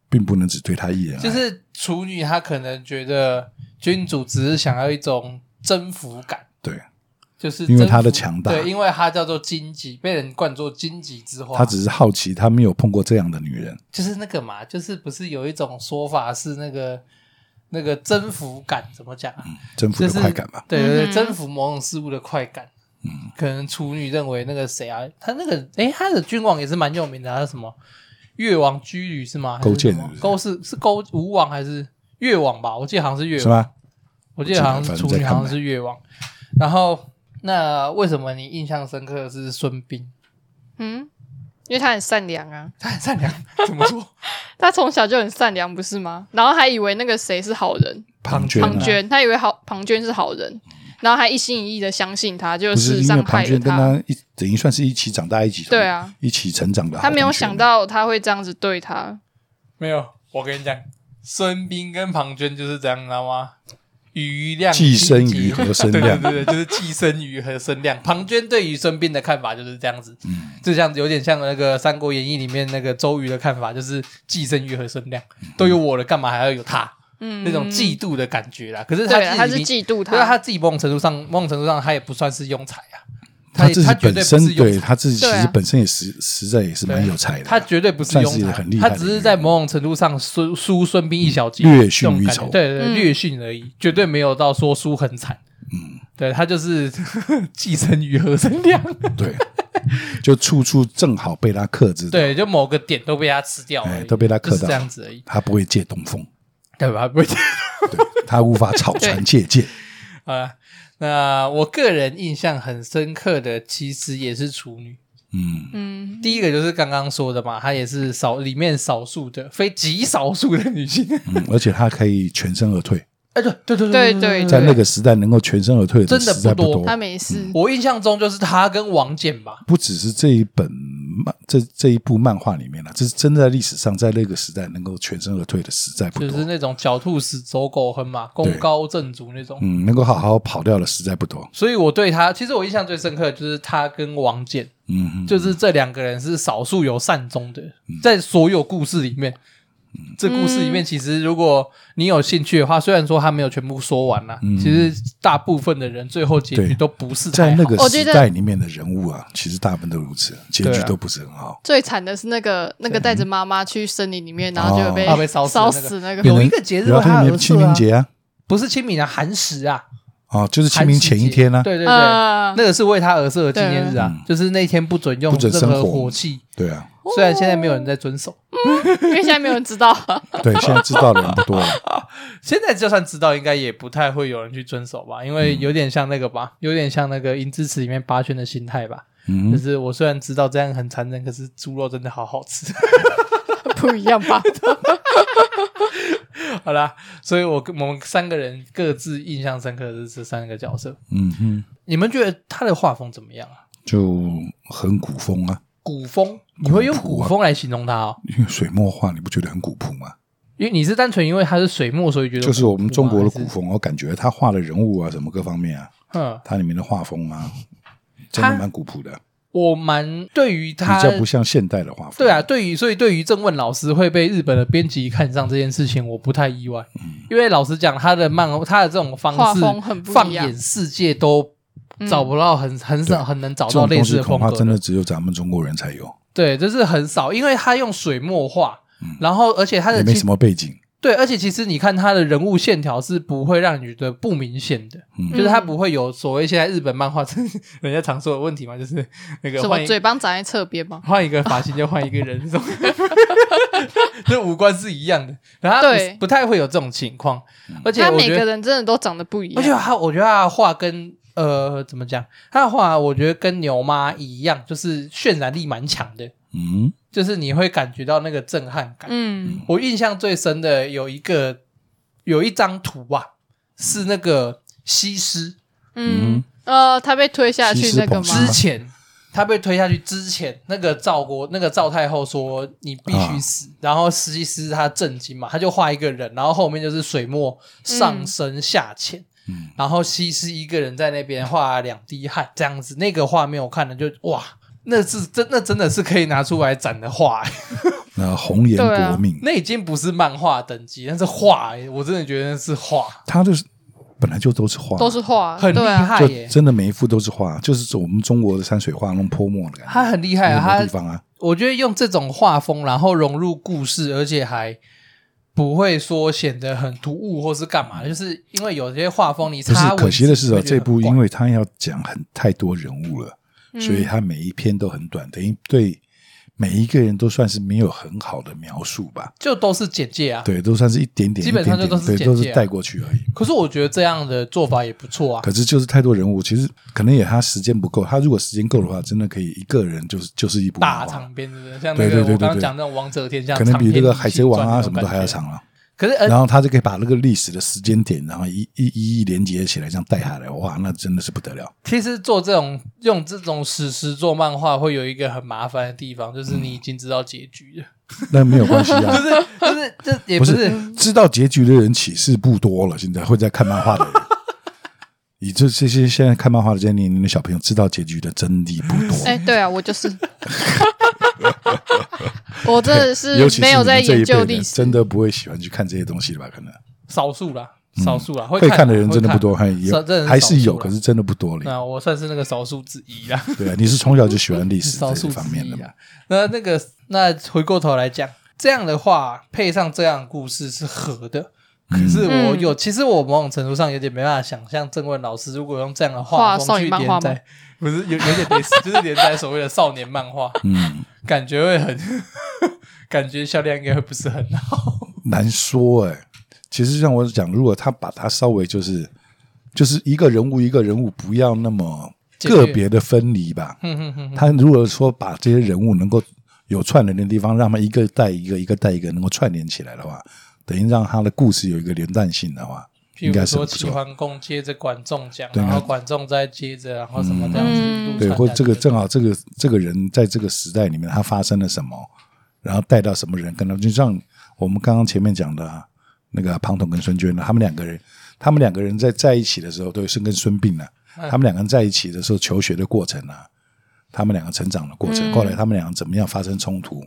S3: 并不能只对她一人爱，
S1: 就是处女，她可能觉得君主只是想要一种征服感，
S3: 对，
S1: 就是
S3: 因为
S1: 征服
S3: 她的强大
S1: 对，因为她叫做荆棘，被人冠作荆棘之花。
S3: 她只是好奇，她没有碰过这样的女人，
S1: 就是那个嘛，就是不是有一种说法是那个那个征服感怎么讲啊？
S3: 征服
S1: 就
S3: 的
S1: 是
S3: 快感吧。
S1: 对对
S2: 嗯
S1: 对，
S2: 哼
S1: 征服某种事物的快感。嗯，可能处女认为那个谁啊，他那个诶，他的君王也是蛮有名的啊，他叫什么越王居旅是吗？还是
S3: 勾践
S1: 什么
S3: 是不是
S1: 勾是是勾吴王还是越王吧？我记得好像是越
S3: 是
S1: 王，
S3: 吧？
S1: 我记得好像是
S3: 我记
S1: 处
S3: 得反正
S1: 女，
S3: 在看
S1: 好像是越王。然后那为什么你印象深刻的是孙膑？
S2: 嗯，因为他很善良啊，
S1: 他很善良，怎么说？
S2: 他从小就很善良，不是吗？然后还以为那个谁是好人，
S3: 庞涓啊
S2: 庞涓，他以为好庞涓是好人，然后还一心一意的相信他，就
S3: 不是
S2: 事实
S3: 因为
S2: 上
S3: 庞
S2: 害
S3: 涓
S2: 了
S3: 跟他一等于算是一起长大，一起
S2: 对啊，
S3: 一起成长的好同学。
S2: 他没有想到他会这样子对他，
S1: 没有，我跟你讲，孙膑跟庞涓就是这样，你知道吗？余量
S3: 寄生
S1: 精
S3: 于
S1: 竭
S3: 和生
S1: 对对
S3: 量，
S1: 对对，就是寄生于和生量。庞涓对于孙膑的看法就是这样子，
S3: 嗯
S1: 就像有点像那个《三国演义》里面那个周瑜的看法，就是寄生于和生量，
S3: 嗯
S1: 都有我了，干嘛还要有他？
S2: 嗯，
S1: 那种嫉妒的感觉啦。可是
S2: 对啊，
S1: 他
S2: 他
S1: 自
S2: 是
S1: 己，
S2: 嫉妒
S1: 对啊，
S2: 他，
S1: 他自己某种程度上，某种程度上他也不算是庸才啊，
S3: 他
S1: 也
S3: 自己
S1: 他绝
S3: 本
S1: 对不
S3: 身
S1: 是庸才。
S3: 他自己其
S2: 对
S3: 实
S2: 啊
S3: 本身也实实在也是蛮
S1: 对
S3: 有才的
S1: 他
S3: 啊，
S1: 绝对不是
S3: 算
S1: 庸
S3: 是
S1: 才，
S3: 很厉
S1: 他
S3: 害
S1: 只
S3: 的一
S1: 是
S3: 个
S1: 在某种程度上输输孙膑一小计，
S3: 略逊
S1: 这种
S3: 于
S1: 感觉
S3: 筹
S1: 对对对，
S2: 嗯
S1: 略逊而已，绝对没有到说输很惨。嗯，对他就是 寄生于和生量，
S3: 对，就处处正好被他克制，，
S1: 对，就某个点都被他吃掉而
S3: 哎，
S1: 已，
S3: 都被他
S1: 就
S3: 克
S1: 是
S3: 到
S1: 这，样子而已，
S3: 他不会借东风，
S1: 对吧？不
S3: 他无法草船借箭，
S1: 啊，那我个人印象很深刻的，其实也是处女。
S3: 嗯，
S2: 嗯，
S1: 第一个就是刚刚说的嘛，她也是少里面少数的，非极少数的女性。
S3: 嗯而且他可以全身而退，
S1: 哎，对对对
S2: 对
S1: 对
S2: 对
S3: 在那个时代能够全身而退
S1: 真的
S3: 实在
S1: 不多
S3: 多
S2: 他，没事，
S1: 我印象中就是她跟王翦吧，
S3: 不只是这一本漫这这一部漫画里面了，这是真的在历史上，在那个时代能够全身而退的实在不
S1: 就是
S3: 多。
S1: 那种狡兔死，走狗烹嘛，功高震主那种。
S3: 嗯，能够好好跑掉的实在不多。
S1: 所以我对他，其实我印象最深刻的就是他跟王翦，
S3: 嗯哼，
S1: 就是这两个人是少数有善终的，在所有故事里面。
S3: 嗯
S1: 这故事里面，其实如果你有兴趣的话，虽然说他没有全部说完啦，其实大部分的人最后结局
S3: 嗯对
S1: 都不是太
S3: 在
S1: 好
S3: 那个
S2: 我
S3: 时
S2: 觉得
S3: 代里面的人物啊，其实大部分都如此，结
S1: 对
S3: 局
S1: 啊
S3: 都不是很好。
S2: 最惨的是那个那个带着妈妈去森林里面，然后就被
S1: 哦啊被烧死的那个
S2: 死那个
S1: 有
S3: 变
S1: 一
S3: 成
S1: 个节日
S3: 然后
S1: 还有
S3: 他们
S1: 儿
S3: 清
S1: 子啊
S3: 明节啊，
S1: 不是清明啊，寒食啊，
S3: 哦，就是清
S1: 寒
S3: 明
S1: 食
S3: 前一
S1: 节
S3: 天呢、啊嗯
S1: 对对对，
S2: 呃
S1: 那个是为他而设的纪念日啊，就是那天不准用
S3: 不准
S1: 任
S3: 生
S1: 何
S3: 火
S1: 火器，
S3: 对啊，
S1: 虽然现在没有人在遵守，
S2: 因为现在没有人知道。
S3: 对，现在知道的人不多 了。
S1: 现在就算知道，应该也不太会有人去遵守吧，因为
S3: 嗯
S1: 有点像那个吧，有点像那个《银之匙》里面八圈的心态吧。
S3: 嗯
S1: 就是我虽然知道这样很残忍，可是猪肉真的好好吃。
S2: 不一样吧？
S1: 好啦，所以我跟我们三个人各自印象深刻的是这三个角色。
S3: 嗯哼，
S1: 你们觉得他的画风怎么样啊？
S3: 就很古风啊，
S1: 古风，你会用
S3: 古朴
S1: 古
S3: 啊
S1: 风来形容他哦？
S3: 因为水墨画你不觉得很古朴吗？
S1: 因为你是单纯因为他是水墨，所以觉得
S3: 就是我们中国的古
S1: 吗，
S3: 风，我感觉他画的人物啊，什么各方面啊，
S1: 还是嗯，
S3: 它里面的画风啊，真的
S1: 它
S3: 蛮古朴的，
S1: 我蛮对于
S3: 比
S1: 他
S3: 较不像现代的画风。
S1: 对啊，，对于所以对于郑问老师会被日本的编辑看上这件事情，我不太意外，
S3: 嗯
S1: 因为老实讲，他的漫他的这种
S2: 画
S1: 方式
S2: 风很不一样嗯
S1: 放眼世界都找不到很、很少很能找
S3: 啊这
S1: 到
S3: 种
S1: 类
S3: 东
S1: 似
S3: 西
S1: 的风
S3: 恐怕
S1: 格
S3: 真
S1: 的，
S3: 的只有咱们中国人才有，
S1: 对，就是很少，因为他用水墨画，然后而且他
S3: 嗯也
S1: 的
S3: 没
S1: 其
S3: 什么背景。
S1: 对，而且其实你看他的人物线条是不会让你觉得不明显的，
S3: 嗯
S1: 就是他不会有所谓现在日本漫画人家常说的 问题嘛，就是那个
S2: 什
S1: 换
S2: 么
S1: 一
S2: 嘴巴长在侧边吗？
S1: 换一个发型就换一个人， 这种就五官是一样的，然后他
S2: 对
S1: 不不太会有这种情况，而且
S2: 他
S1: 我
S2: 每
S1: 觉
S2: 个
S1: 得，
S2: 人真的都长得不一
S1: 而且
S2: 样，
S1: 他我觉得他的画跟呃怎么讲，他的画我觉得跟牛妈一样，就是渲染力蛮强的，
S3: 嗯，
S1: 就是你会感觉到那个震撼感。
S2: 嗯，
S1: 我印象最深的有一个有一张图啊，是那个西施
S2: 嗯，呃，他被推下去那个
S3: 西
S1: 之
S3: 施
S2: 吗
S3: 捧？
S1: 前。他被推下去之前，那个赵国那个赵太后说你必须死，
S3: 啊
S1: 然后实际师他震惊嘛，他就画一个人，然后后面就是水墨上升下潜，
S3: 嗯
S1: 然后西施一个人在那边画两滴汗这样子，那个画面我看了就哇，那是真那真的是可以拿出来展的画、
S3: 那红颜
S2: 对啊
S3: 薄命，
S1: 那已经不是漫画等级，那是画、我真的觉得那是画。
S3: 他就是本来就都是画，
S2: 都是画，
S1: 很厉
S2: 对啊，
S1: 害耶
S3: 就，真的每一幅都是画，就是我们中国的山水画那种泼墨的感觉。
S1: 他很厉害
S3: 没有
S1: 啊！
S3: 地
S1: 他
S3: 方啊，
S1: 我觉得用这种画风，然后融入故事，而且还不会说显得很突兀或是干嘛，就是因为有些画风你
S3: 可是
S1: 插
S3: 可惜的是哦，这部因
S1: 为
S3: 为他要讲很太多人物了，
S1: 嗯
S3: 所以他每一篇都很短，等于对每一个人都算是没有很好的描述吧。
S1: 就都是简介啊。
S3: 对，都算是一点点，
S1: 基本上就
S3: 一
S1: 都
S3: 点
S1: 是简
S3: 点对，
S1: 介啊
S3: 都是带过去而已。
S1: 可是我觉得这样的做法也不错啊。
S3: 可是就是太多人物，其实可能也他时间不够。他如果时间够的话，真的可以一个人就是就是一部漫
S1: 大
S3: 画
S1: 长篇是不是像那
S3: 对
S1: 个
S3: 对对
S1: 我刚
S3: 对
S1: 刚
S3: 对
S1: 讲那种《王者天下》，
S3: 可能比
S1: 长篇
S3: 那个《
S1: 奇
S3: 海贼王》
S1: 传
S3: 啊
S1: 那
S3: 什
S1: 种
S3: 么都
S1: 感
S3: 还要
S1: 觉。
S3: 长了。
S1: 可是，呃，
S3: 然后他就可以把那个历史的时间点，然后一一一一连接起来，这样带下来，哇，那真的是不得了。
S1: 其实做这种用这种史诗做漫画，会有一个很麻烦的地方，就是你已经知道结局 了。
S3: 那没有关系 啊，
S1: 就是这也
S3: 不
S1: 不
S3: 是
S1: 是
S3: 知道结局的人其实不多了，现在会在看漫画的 人。以这这些现在看漫画的这些年龄的小朋友，知道结局的真的不多。
S2: 哎，对啊，我就是，我真的
S3: 尤
S2: 是
S3: 其是
S2: 没有在
S3: 你们
S2: 研
S3: 这一
S2: 究
S3: 辈
S2: 历
S3: 人，
S2: 史
S3: 真，的不会喜欢去看这些东西的吧？可能
S1: 少数啦，少数啦，会
S3: 嗯会
S1: 看
S3: 看的人真的不多，
S1: 会
S3: 还
S1: 看
S3: 有
S1: 真的
S3: 还是
S1: 少
S3: 有，
S1: 数啦嗯
S3: 可是真的不多了。
S1: 那我算是那个少数之一 啦，
S3: 对啊，你是从小就喜欢历史
S1: 少
S3: 这
S1: 数
S3: 一
S1: 之
S3: 方面
S1: 一啊
S3: 的嘛？
S1: 啦。那那个那回过头来讲，这样的话配上这样的故事是合的。可
S3: 嗯
S1: 是我
S2: 嗯
S1: 有，其实我某种程度上有点没办法想象郑问老师如果用这样的画
S2: 画
S1: 风
S2: 少
S1: 去
S2: 女漫
S1: 连
S2: 画吗
S1: 载，不是有有点类似，就是连载所谓的少年漫画，
S3: 嗯，
S1: 感觉会很， 感觉销量应该会不是很好。
S3: 难说哎、其实像我讲，如果他把它稍微就是就是一个人物一个人物，不要那么
S1: 简略
S3: 个别的分离吧。
S1: 哼哼哼，
S3: 他如果说把这些人物能够有串联的地方，让他们一个带一个，一个带一个，能够串联起来的话，等于让他的故事有一个连贯性的话，
S1: 譬
S3: 应该
S1: 如
S3: 是
S1: 说
S3: 不错
S1: 齐桓公接着管仲讲，
S3: 对
S1: 然后
S3: 那
S1: 管仲再接着，然后什么这样子
S2: 嗯
S1: 一路
S3: 对，
S1: 传
S3: 或
S1: 下
S3: 这个
S1: 去
S3: 正好这个这个人在这个时代里面他发生了什么，然后带到什么人跟他，就像我们刚刚前面讲的、啊、那个庞统跟孙娟呢，他们两个人，他们两个人在在一起的时候，对孙跟孙膑呢、
S1: 嗯
S3: 他们两个人在一起的时候求学的过程啊，他们两个成长的过程，后来他们两个怎么样发生冲突，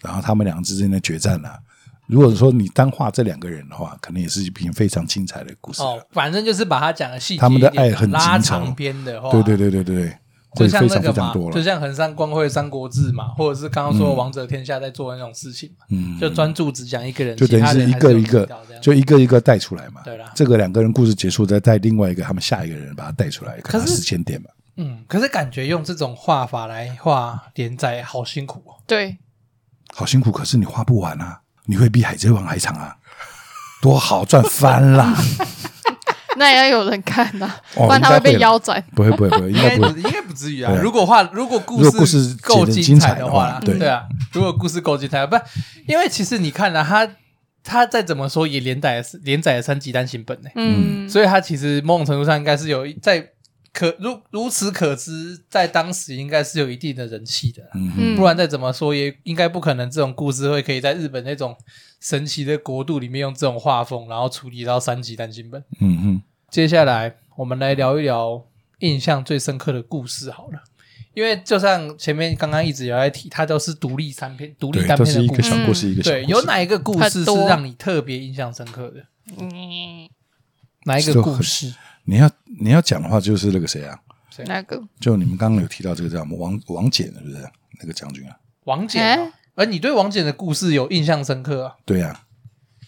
S3: 然后他们两个之间的决战啊。如果说你单画这两个人的话，可能也是一篇非常精彩的故事。
S1: 哦，反正就是把它讲的细节一点，
S3: 啊他们的爱很
S1: 拉
S3: 紧
S1: 长
S3: 凑
S1: 边的话，
S3: 对对对对对对，
S1: 哦就
S3: 会
S1: 像
S3: 非
S1: 那
S3: 常
S1: 个
S3: 非
S1: 嘛
S3: 常多，
S1: 就
S3: 了。
S1: 像横山光辉《三国志》嘛，或者是刚刚说《王者天下》在做的那种事情嘛，
S3: 嗯，
S1: 就专注只讲一个人，
S3: 就等于
S1: 其他
S3: 是
S1: 人
S3: 一
S1: 还是
S3: 个
S1: 有
S3: 一
S1: 提
S3: 个
S1: 到这样，
S3: 就一个一个带出来嘛。
S1: 对啦
S3: 这个两个人故事结束，再带另外一个他们下一个人把他带出来，
S1: 可
S3: 看
S1: 是
S3: 他时间点嘛。
S1: 嗯，可是感觉用这种画法来画连载好辛苦哦，
S2: 对，
S3: 好辛苦，可是你画不完啊，你会比海贼王还长啊，多好赚翻 啦！
S2: 那也要有人看呐、
S3: 哦
S2: 不然他会被
S3: 应该会啦
S2: 腰斩。
S3: 不会不会不会，应
S1: 应
S3: 该
S1: 该
S3: 不
S1: 不
S3: 会。
S1: 应该不至于啊
S3: 对。啊
S1: 如果画如果故
S3: 如果故事
S1: 够
S3: 写得
S1: 精
S3: 精
S1: 彩
S3: 彩的
S1: 话
S3: 话
S1: 啦，
S3: 对
S1: 对啊，如果故事够精彩，不，因为其实你看啊，他他再怎么说也连载了连载了三集单行本呢，
S2: 嗯，
S1: 所以他其实某种程度上应该是有在可如如此可知，在当时应该是有一定的人气的啦，
S3: 嗯哼，
S2: 嗯
S1: 不然再怎么说也应该不可能这种故事会可以在日本那种神奇的国度里面用这种画风，然后处理到三级单行本。
S3: 嗯哼，
S1: 接下来我们来聊一聊印象最深刻的故事好了。因为就像前面刚刚一直有在提，它都是独立三篇、独立
S3: 对，
S1: 单
S3: 都
S1: 篇
S3: 是
S1: 的
S3: 一
S1: 故
S3: 个
S1: 事。
S3: 小故事，一个小
S1: 对，
S3: 故
S1: 有
S3: 事，
S1: 哪一个故事
S2: 很
S1: 是
S2: 多
S1: 让你特别印象深刻的？
S2: 嗯，
S1: 哪一个
S3: 就
S1: 故
S3: 很
S1: 事？
S3: 你要你要讲的话，就是那个谁啊，
S2: 那个
S3: 就你们刚刚有提到这个叫什么王王翦，是不是那个将军啊？
S1: 王翦、啊
S2: 哎，
S1: 而你对王翦的故事有印象深刻啊？
S3: 对呀、啊，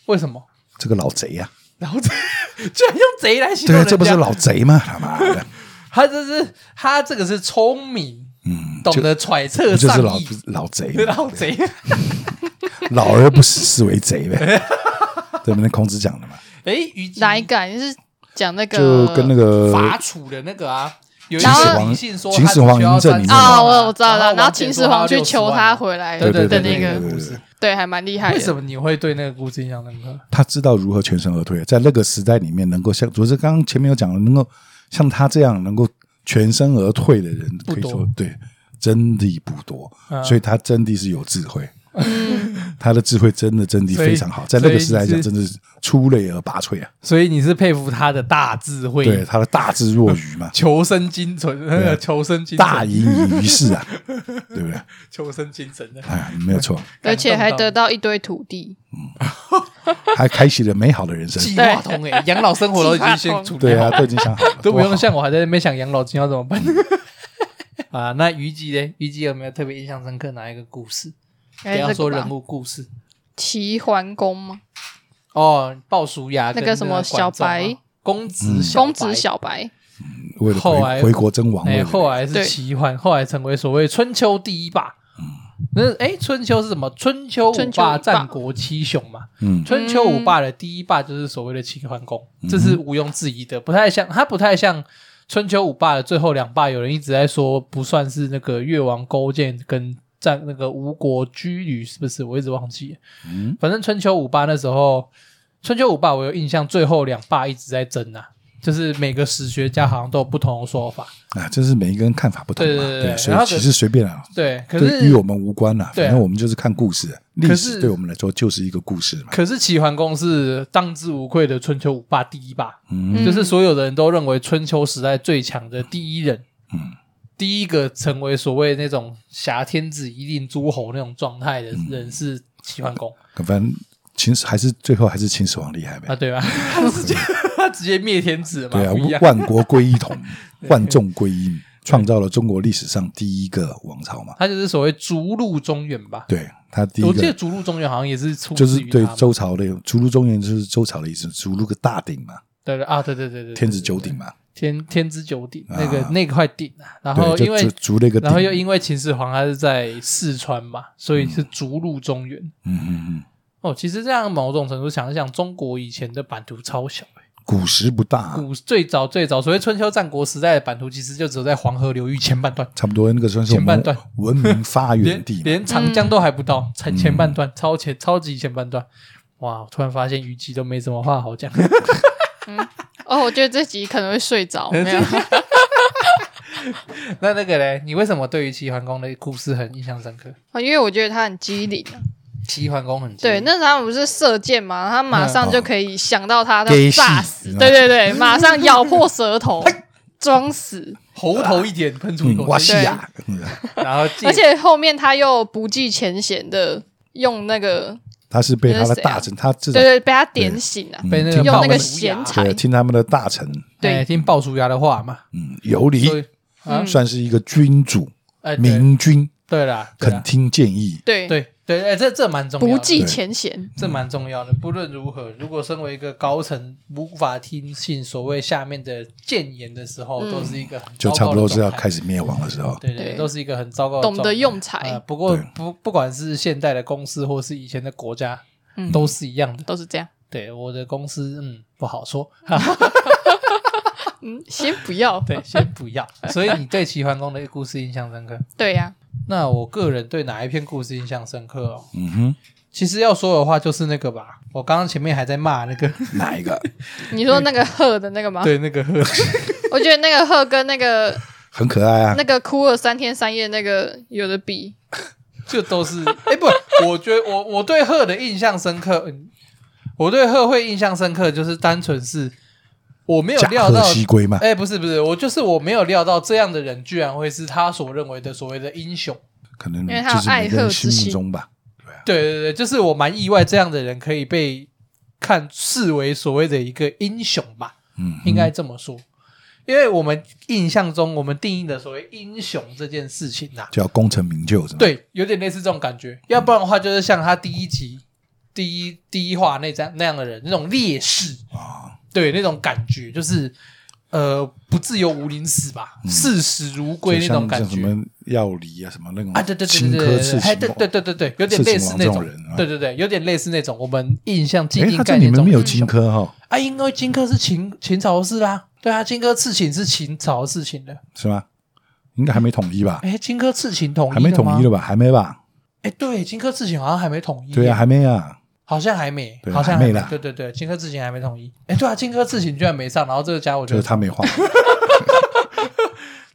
S1: 为什么？
S3: 这个老贼呀、啊，
S1: 然后这 居然用贼来形
S3: 对
S1: 容
S3: 啊，
S1: 人家，
S3: 这不是老贼吗？他 妈的，
S1: 他这是他这个是聪明，
S3: 嗯，
S1: 懂
S3: 就
S1: 得揣测
S3: 不就是
S1: 上
S3: 老
S1: 意，
S3: 老贼
S1: 对
S3: 吗？
S1: 老贼。
S3: 老而不死是为贼 呗。对不对？孔子讲的嘛，
S1: 哎，虞姬
S2: 哪一个啊？就是讲那个，
S3: 就跟那个
S1: 伐楚的那个啊，有一
S2: 秦始
S1: 个
S3: 皇
S1: 迷信说
S3: 秦始皇嬴政里面
S2: 啊，
S3: 嘛
S2: 我我知道了。然后
S1: 王翦
S2: 秦
S1: 说
S2: 始
S1: 他
S2: 皇
S1: 要
S2: 去求
S1: 60
S2: 他
S1: 万啊
S2: 回来
S1: 对
S2: 的
S1: 对对
S2: 那
S1: 对
S2: 个
S1: 对，对对
S2: 对，还蛮厉害
S1: 为什
S2: 的。
S1: 么你会对那个故事印象深刻？
S3: 他知道如何全身而退，在那个时代里面，能够像，主要是刚刚前面有讲的，能够像他这样能够全身而退的人，
S1: 不
S3: 可
S1: 多
S3: 以说对，真的不多，
S1: 嗯
S3: 所以他真的是有智慧。他的智慧真的真的
S1: 所以
S3: 非常好，在那个时代来
S1: 所以
S3: 讲，
S1: 是
S3: 真的是出类而拔萃啊！
S1: 所以你是佩服他的大智
S3: 对
S1: 慧，，
S3: 他的大智若愚嘛
S1: 求生精神，那个 求生精神
S3: 大隐隐于市啊，对不对？
S1: 求生精 神的，
S3: 哎，没有错，
S2: 而且还
S1: 感动
S2: 得到一堆土地，
S3: 还开启了美好的人生。
S1: 计划通哎，养老生活都已经先处理
S3: 对
S1: 好
S3: 啊，
S1: 了，
S3: 都已经想好了，
S1: 都不
S3: 多
S1: 用
S3: 好
S1: 像我还在那边想养老金要怎么办 啊？那虞姬嘞，虞姬有没有特别印象深刻哪一个故事？不
S2: 哎
S1: 要
S2: 这
S1: 说
S2: 个
S1: 人
S2: 吧，
S1: 物故事
S2: 齐桓公吗？
S1: 哦，鲍叔牙跟
S2: 那个什么
S1: 管仲啊
S2: 小白
S1: 公子小白
S2: 公子小白，
S3: 为了
S1: 后来
S3: 回回国争王位
S1: 哎，
S3: 的，
S1: 后来是
S2: 对
S1: 齐桓，后来成为所谓春秋第一霸。
S3: 嗯
S1: 那哎，春秋是什么？春秋五
S2: 春秋五
S1: 霸，
S2: 霸
S1: 战国七雄嘛。
S3: 嗯
S1: 春秋五霸的第一霸就是所谓的齐桓公，这是
S3: 嗯
S1: 毋庸置疑的。不太像，它不太像春秋五霸的最后两霸，有人一直在说不算是那个越王勾践跟战那个吴国居旅，是不是？我一直忘记了。
S3: 嗯
S1: 反正春秋五霸那时候，春秋五霸我有印象，最后两霸一直在争啊，就是每个史学家好像都有不同的说法。
S3: 啊，这是每一个人看法不同嘛，
S1: 对对对对
S3: 所
S1: 然后
S3: 以
S1: 可
S3: 其实随便啊，
S1: 对，可
S3: 对与
S1: 是
S3: 我们无关啦，
S1: 对啊
S3: 反正我们就是看故事，
S1: 可
S3: 历
S1: 是
S3: 史对我们来说就是一个故事嘛，
S1: 可是齐桓公是当之无愧的春秋五霸第一霸，
S3: 嗯
S1: 就是所有的人都认为春秋时代最强的第一人，
S3: 嗯
S1: 第一个成为所谓那种挟天子以令诸侯那种状态的人是齐桓公、
S3: 反正秦始还是最后还是秦始皇厉害
S1: 啊，
S3: 呗，
S1: 对吧？他直接他直接灭天子嘛，
S3: 对啊
S1: 不一，样。
S3: 万国归一 统，万众归一，创造了中国历史上第一个王朝嘛，
S1: 他就是所谓逐鹿中原吧？
S3: 对他第一
S1: 我记得
S3: 个。
S1: 逐鹿中原好像也是出
S3: 就是
S1: 自于
S3: 对
S1: 他嘛
S3: 周朝的逐鹿中原，就是周朝的意思，逐鹿个大鼎嘛，
S1: 对对啊，对对对对，对
S3: 天子九鼎嘛，
S1: 天天之九鼎
S3: 啊
S1: 那个那块鼎啊，然后因
S3: 对，就
S1: 为
S3: 逐逐了一个鼎，
S1: 然后又因为秦始皇他是在四川嘛，所以是逐鹿中原。
S3: 嗯嗯嗯，
S1: 哦，其实这样某种程度想一想，中国以前的版图超小、欸，
S3: 古时不大，
S1: 古最早最早所谓春秋战国时代的版图，其实就只有在黄河流域前半段，
S3: 差不多那个算是我
S1: 前半
S3: 们
S1: 段
S3: 文明发源
S1: 连
S3: 地嘛。嗯
S1: 连长江都还不到，才前半段，超前超级前半段。哇！我突然发现虞姬都没什么话好讲，
S2: 哦，我觉得这集可能会睡着，
S1: 嗯
S2: 没有。
S1: 那那个嘞，你为什么对于齐桓公的故事很印象深刻？
S2: 啊因为我觉得他很机灵啊、
S1: 齐桓公很机
S2: 对，
S1: 灵
S2: 那时候他们不是射箭嘛，他
S1: 嗯
S2: 马上就可以想到他
S1: 哦
S2: 的
S3: 给戏
S2: 炸死，
S3: 嗯
S2: 对对对，马上咬破 舌头
S1: 哎
S2: 装死，
S1: 喉头一点喷出一
S3: 嗯，
S1: 口
S3: 哇西
S1: 气，
S3: 亚，嗯
S1: 然后进
S2: 而且后面他又不计前嫌的用那个，
S3: 他是被他
S2: 那
S3: 的
S2: 是谁啊
S3: 大臣，他至少
S2: 对对，被他点醒啊，
S1: 被那个
S3: 嗯
S2: 用
S1: 鲍
S2: 那个
S1: 叔牙
S2: 闲茶
S3: 对听他们的大臣，
S2: 对
S1: 哎听鲍叔牙的话嘛，
S3: 嗯，游离
S1: 所以啊，
S2: 嗯
S3: 算是一个君主，
S1: 哎，对
S3: 明君，
S1: 对啦，对啊
S3: 肯
S1: 啦，
S3: 听建议，
S2: 对，
S1: 对对，哎，这这蛮重要
S2: 不
S1: 的，
S2: 计前嫌，
S3: 嗯
S1: 这蛮重要的。不论如何，如果身为一个高层，无法听信所谓下面的谏言的时候，
S2: 嗯
S1: 都是一个很
S3: 就差不多是要开
S1: 始，
S3: 始灭亡的时候。
S1: 对对，
S2: 对
S1: 都是一个很糟糕的状
S2: 懂
S1: 态。
S2: 得用
S1: 呃
S2: 财
S1: 不过
S3: 对
S1: 不不管是现代的公司或是以前的国家，
S2: 嗯
S1: 都是一样的。
S2: 都是这样。
S1: 对我的公司，嗯，不好说。
S2: 嗯，先不要，
S1: 对，先不要。所以你对齐桓公的故事印象深刻？
S2: 对呀，
S1: 那我个人对哪一篇故事印象深刻哦？
S3: 嗯哼，
S1: 其实要说的话，就是那个吧。我刚刚前面还在骂那个，
S3: 哪一个
S2: 你说那个鹤的那个吗？
S1: 对 那个贺
S2: 我觉得那个鹤跟那个
S3: 很可爱啊
S2: 那？个哭了三天三夜那个有的比，
S1: 就都是哎、不，我觉得我我对鹤的印象深刻，嗯，我对鹤会印象深刻，就是单纯是我没有
S3: 驾
S1: 料
S3: 鹤
S1: 到，
S3: 西归嘛，
S1: 哎、不是不是，我就是我没有料到这样的人居然会是他所认为的所谓的英雄。
S3: 可能
S2: 因为他有
S3: 就是每
S2: 爱
S3: 个
S2: 鹤
S3: 人
S2: 之
S3: 心目
S2: 心
S3: 中吧。
S1: 对对对，就是我蛮意外，这样的人可以被看视为所谓的一个英雄吧，
S3: 嗯，
S1: 应该这么说。因为我们印象中，我们定义的所谓英雄这件事情啊呐、
S3: 叫功成名就，是吗？，
S1: 对，有点类似这种感觉。要不然的话，就是像他第一集、第一第一话那张那样的人，那种烈士
S3: 啊，
S1: 对那种感觉，就是呃，不自由无宁死吧，视死如归
S3: 嗯就
S1: 那
S3: 像
S1: 种感
S3: 像
S1: 觉
S3: 什。么药理啊，什么那种
S1: 啊，对对对
S3: 荆
S1: 对
S3: 轲
S1: 对
S3: 刺
S1: 对，哎，
S3: 秦
S1: 对
S3: 王
S1: 对对对对，有点
S3: 刺秦
S1: 类似
S3: 王
S1: 那
S3: 这种
S1: 种
S3: 人啊，
S1: 对对对，有点类似那种我们印象既
S3: 哎，
S1: 定
S3: 他这
S1: 概
S3: 里
S1: 念
S3: 面
S1: 中
S3: 没有
S1: 英
S3: 荆
S1: 雄
S3: 轲哈，
S1: 啊，因为荆轲是秦秦朝的事啦，对啊，荆轲刺秦是秦朝的事情的，
S3: 是吗？应该还没统一吧？
S1: 哎，荆轲刺秦统一
S3: 还没统一
S1: 了
S3: 了
S1: 吗，
S3: 吧？还没吧？
S1: 哎，对，荆轲刺秦好像还没统一，
S3: 对啊，，还没啊。
S1: 好像还没，
S3: 对
S1: 好像
S3: 还
S1: 没
S3: 没啦
S1: 对对对，荆轲刺秦还没统一。哎，对啊，荆轲刺秦居然没上，然后这个家伙
S3: 就是 他没画，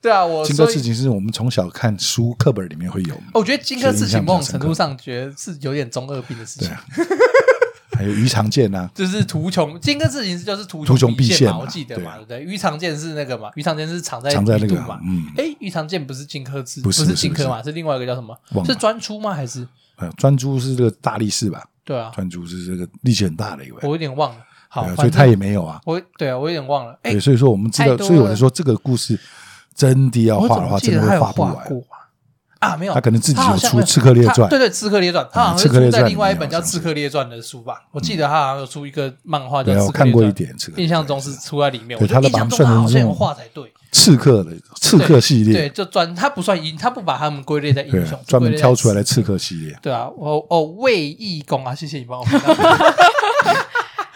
S1: 对啊，我
S3: 荆轲
S1: 所
S3: 刺
S1: 以哦
S3: 秦是我们从小看书课本里面会有，
S1: 我觉得荆轲刺秦某种
S3: 印象比较
S1: 程
S3: 深刻
S1: 度上觉得是有点中二病的事
S3: 对
S1: 情，
S3: 啊， 还有于常见啊，
S1: 就是图穷荆轲刺秦就是图
S3: 图穷
S1: 匕
S3: 匕见
S1: 嘛，
S3: 嘛
S1: 我记得嘛，对
S3: 对啊
S1: 不对？于常见是那个嘛，于常见是藏在
S3: 藏在那
S1: 鱼肚
S3: 个
S1: 嘛，
S3: 嗯，
S1: 哎，于常见不是荆轲刺，
S3: 不
S1: 是
S3: 是不是
S1: 荆轲
S3: 不是
S1: 嘛，是另外一个叫什么？
S3: 忘
S1: 是
S3: 了
S1: 专出吗？还是
S3: 呃，专诸是这个大力士吧？
S1: 对啊？
S3: 专诸是这个力气很大的一位，
S1: 我有点忘了。好
S3: 对啊，所
S1: 反
S3: 以他
S1: 正
S3: 也没有啊。
S1: 我对啊，我有点忘了。哎
S3: 对，，所以说我们知
S2: 太
S3: 道，
S2: 多
S3: 所以我才
S2: 了
S3: 说这个故事真的要
S1: 我
S3: 呃画
S1: 怎
S3: 的
S1: 么
S3: 话，
S1: 记
S3: 真
S1: 得
S3: 的
S1: 他
S3: 会
S1: 有
S3: 画不
S1: 画
S3: 完。
S1: 过啊？啊，没有，
S3: 他可能自己
S1: 好
S3: 有
S1: 像
S3: 出
S1: 没
S3: 《刺客列
S1: 他
S3: 传嗯
S1: 对》，对，《刺客列传》，他好像是
S3: 刺客列
S1: 出在
S3: 传
S1: 另外一
S3: 里面
S1: 本叫
S3: 好
S1: 《
S3: 像
S1: 刺
S3: 是
S1: 客列传》的书吧？我记得他好像有出一个漫画叫
S3: 对
S1: 《
S3: 啊，
S1: 刺
S3: 我
S1: 客
S3: 看
S1: 列
S3: 过
S1: 传
S3: 一》，点这个。
S1: 印象中是出在里面。
S3: 对
S1: 我觉
S3: 他
S1: 得
S3: 都
S1: 印象中
S3: 把它
S1: 他
S3: 算成
S1: 好像
S3: 这
S1: 有
S3: 种
S1: 画才对，
S3: 刺客的刺客系
S1: 对，
S3: 列，
S1: 就专他不算英，他不把他们归类在英
S3: 对
S1: 雄，，
S3: 专门
S1: 归类在
S3: 挑出来
S1: 刺
S3: 的刺客系列。
S1: 对啊，哦哦，卫懿公啊，谢谢你帮我看到。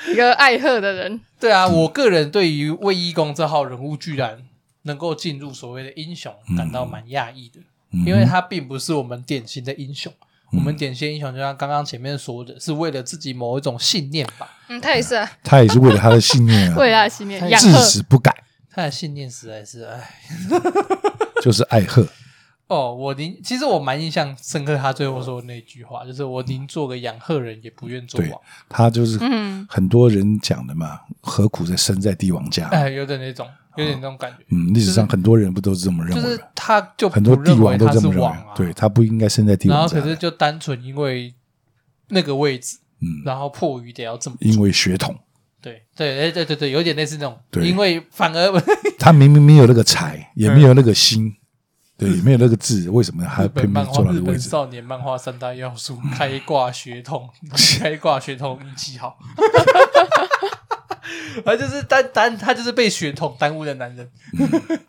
S2: 一个爱鹤的人，
S1: 对啊，我个人对于卫懿公这号人物居然能够进入所谓的英雄，感到蛮讶异的。
S3: 嗯
S1: 因为他并不是我们典型的英雄。我们典型英雄就啊像刚刚前面说的，是为了自己某一种信念吧。
S2: 嗯，他也是啊，
S3: 他也是为了他的信念 啊，
S2: 为了他的信念
S1: 他也
S2: 养
S3: 至
S2: 鹤，
S3: 死不改，
S1: 他的信念实在是，哎，
S3: 就是爱 鹤。
S1: 哦，我宁其实我蛮印象深刻，他最后说的那句话，就是我宁做个养鹤人，也不愿做
S3: 对
S1: 王。
S3: 他就是
S2: 嗯，
S3: 很多人讲的嘛，何苦在身在帝王家？
S1: 哎，有点那种，有点那种感觉，
S3: 嗯，历史上很多人不都是这么认
S1: 就
S3: 为
S1: 是
S3: 的？
S1: 他就
S3: 很多
S1: 不
S3: 帝
S1: 认为
S3: 王都
S1: 他
S3: 这
S1: 是
S3: 么认
S1: 王
S3: 为
S1: 啊，，
S3: 对他不应该身在帝
S1: 然后
S3: 王家
S1: 可
S3: 的。
S1: 是就单纯因为那个位置，
S3: 嗯，
S1: 然后迫于得要这么
S3: 因为血统，
S1: 对对哎对对对，有点类似那种，
S3: 对
S1: 因为反而
S3: 他明明没有那个才，也没有那个心，对，也没有那个志，为什么他
S1: 嗯 日本
S3: 偏
S1: 漫
S3: 偏
S1: 画
S3: 坐到
S1: 日
S3: 那个位
S1: 本
S3: 置？
S1: 少年漫画三大要素：开挂、血 统、开挂、血统运气好。 而就是单单他就是被血统耽误的男人，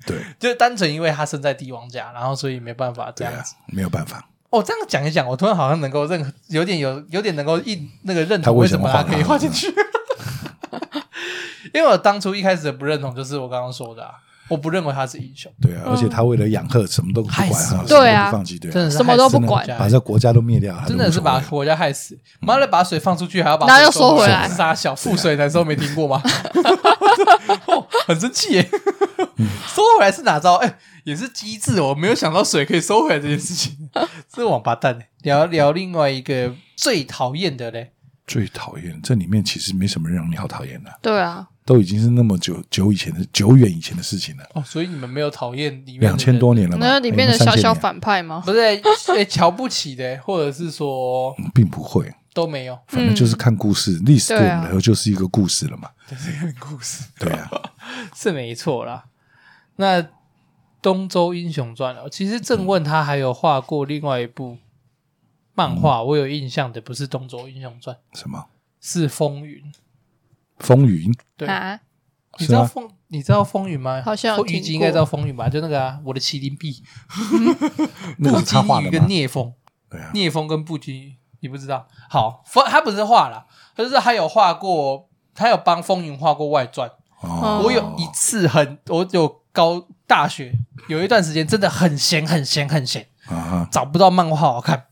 S3: 对
S1: 就是单纯因为他生在帝王家，然后所以没办法这
S3: 对
S1: 样
S3: 啊
S1: 子。，
S3: 没有办法，
S1: 哦，这样讲一讲，我突然好像能够认，有点有有点能够印那个认
S3: 他
S1: 同
S3: 为
S1: 为
S3: 什
S1: 什
S3: 么
S1: 么他
S3: 画
S1: 可以
S3: 他
S1: 画 进去。因为我当初一开始的不认同，就是我刚刚说的、啊，我不认为他是英雄，
S3: 对啊，而且他为了养鹤，什么都不管
S1: 害死
S3: 啊，
S1: 了
S3: 什
S2: 嗯
S3: 么
S2: 对
S3: 都
S2: 啊
S3: 不放弃，对
S1: 真
S3: 啊，
S1: 的是
S2: 什么都不
S1: 害死
S2: 管
S1: 人家
S3: 把这国家都灭掉，他都
S1: 真的是
S3: 无所
S1: 把
S3: 谓
S1: 国家害死。妈的，把水放出去还要把
S2: 然后又
S1: 收
S2: 收回
S3: 来
S1: 傻小腹水难收没听过 吗？哦很生气耶！ 收回来是哪招？哎，也是机智哦，我没有想到水可以收回来这件事情， 这王八蛋。聊聊另外一个最讨厌的嘞，
S3: 最讨厌。这里面其实没什么让你好讨厌的，
S2: 对啊，
S3: 都已经是那么久久以前的久远以前的事情了，
S1: 哦，所以你们没有讨厌里面的人
S3: 两千多年了嘛，
S2: 那里面的
S3: 哎那
S2: 小
S3: 3000
S2: 小
S3: 年
S2: 反派吗？
S1: 不是、欸、瞧不起的，或者是说
S3: 并不会，
S1: 都没有
S3: 反正就是看故事，历史对我
S2: 对啊
S3: 们来说就是一个故事了嘛，
S1: 故事，
S3: 对啊，
S1: 是没错啦。那《东周英雄传》哦，其实郑问他还有画过另外一部漫
S3: 嗯
S1: 画，我有印象的，不是《东周英雄传》，
S3: 什么
S1: 是《风云》。
S3: 风云
S1: 对，
S2: 啊，
S1: 你知道
S3: 是吗
S1: 风，你知道风云吗？
S2: 好像有
S1: 风
S2: 听
S1: 虞姬应该
S2: 过
S1: 知道风云吧？就那个啊，我的麒麟臂，
S3: 那
S1: 不
S3: 个是他画
S1: 羁鱼
S3: 的
S1: 跟
S3: 吗？
S1: 聂风。
S3: 对啊，
S1: 聂风跟布丁鱼，你不知道？好，风他不是画啦，他就是他有画过，他有帮风云画过外传。
S3: 哦
S1: 我有一次很，我有高大学有一段时间真的很闲，很闲，很闲，
S3: 啊哈，
S1: 找不到漫画好看，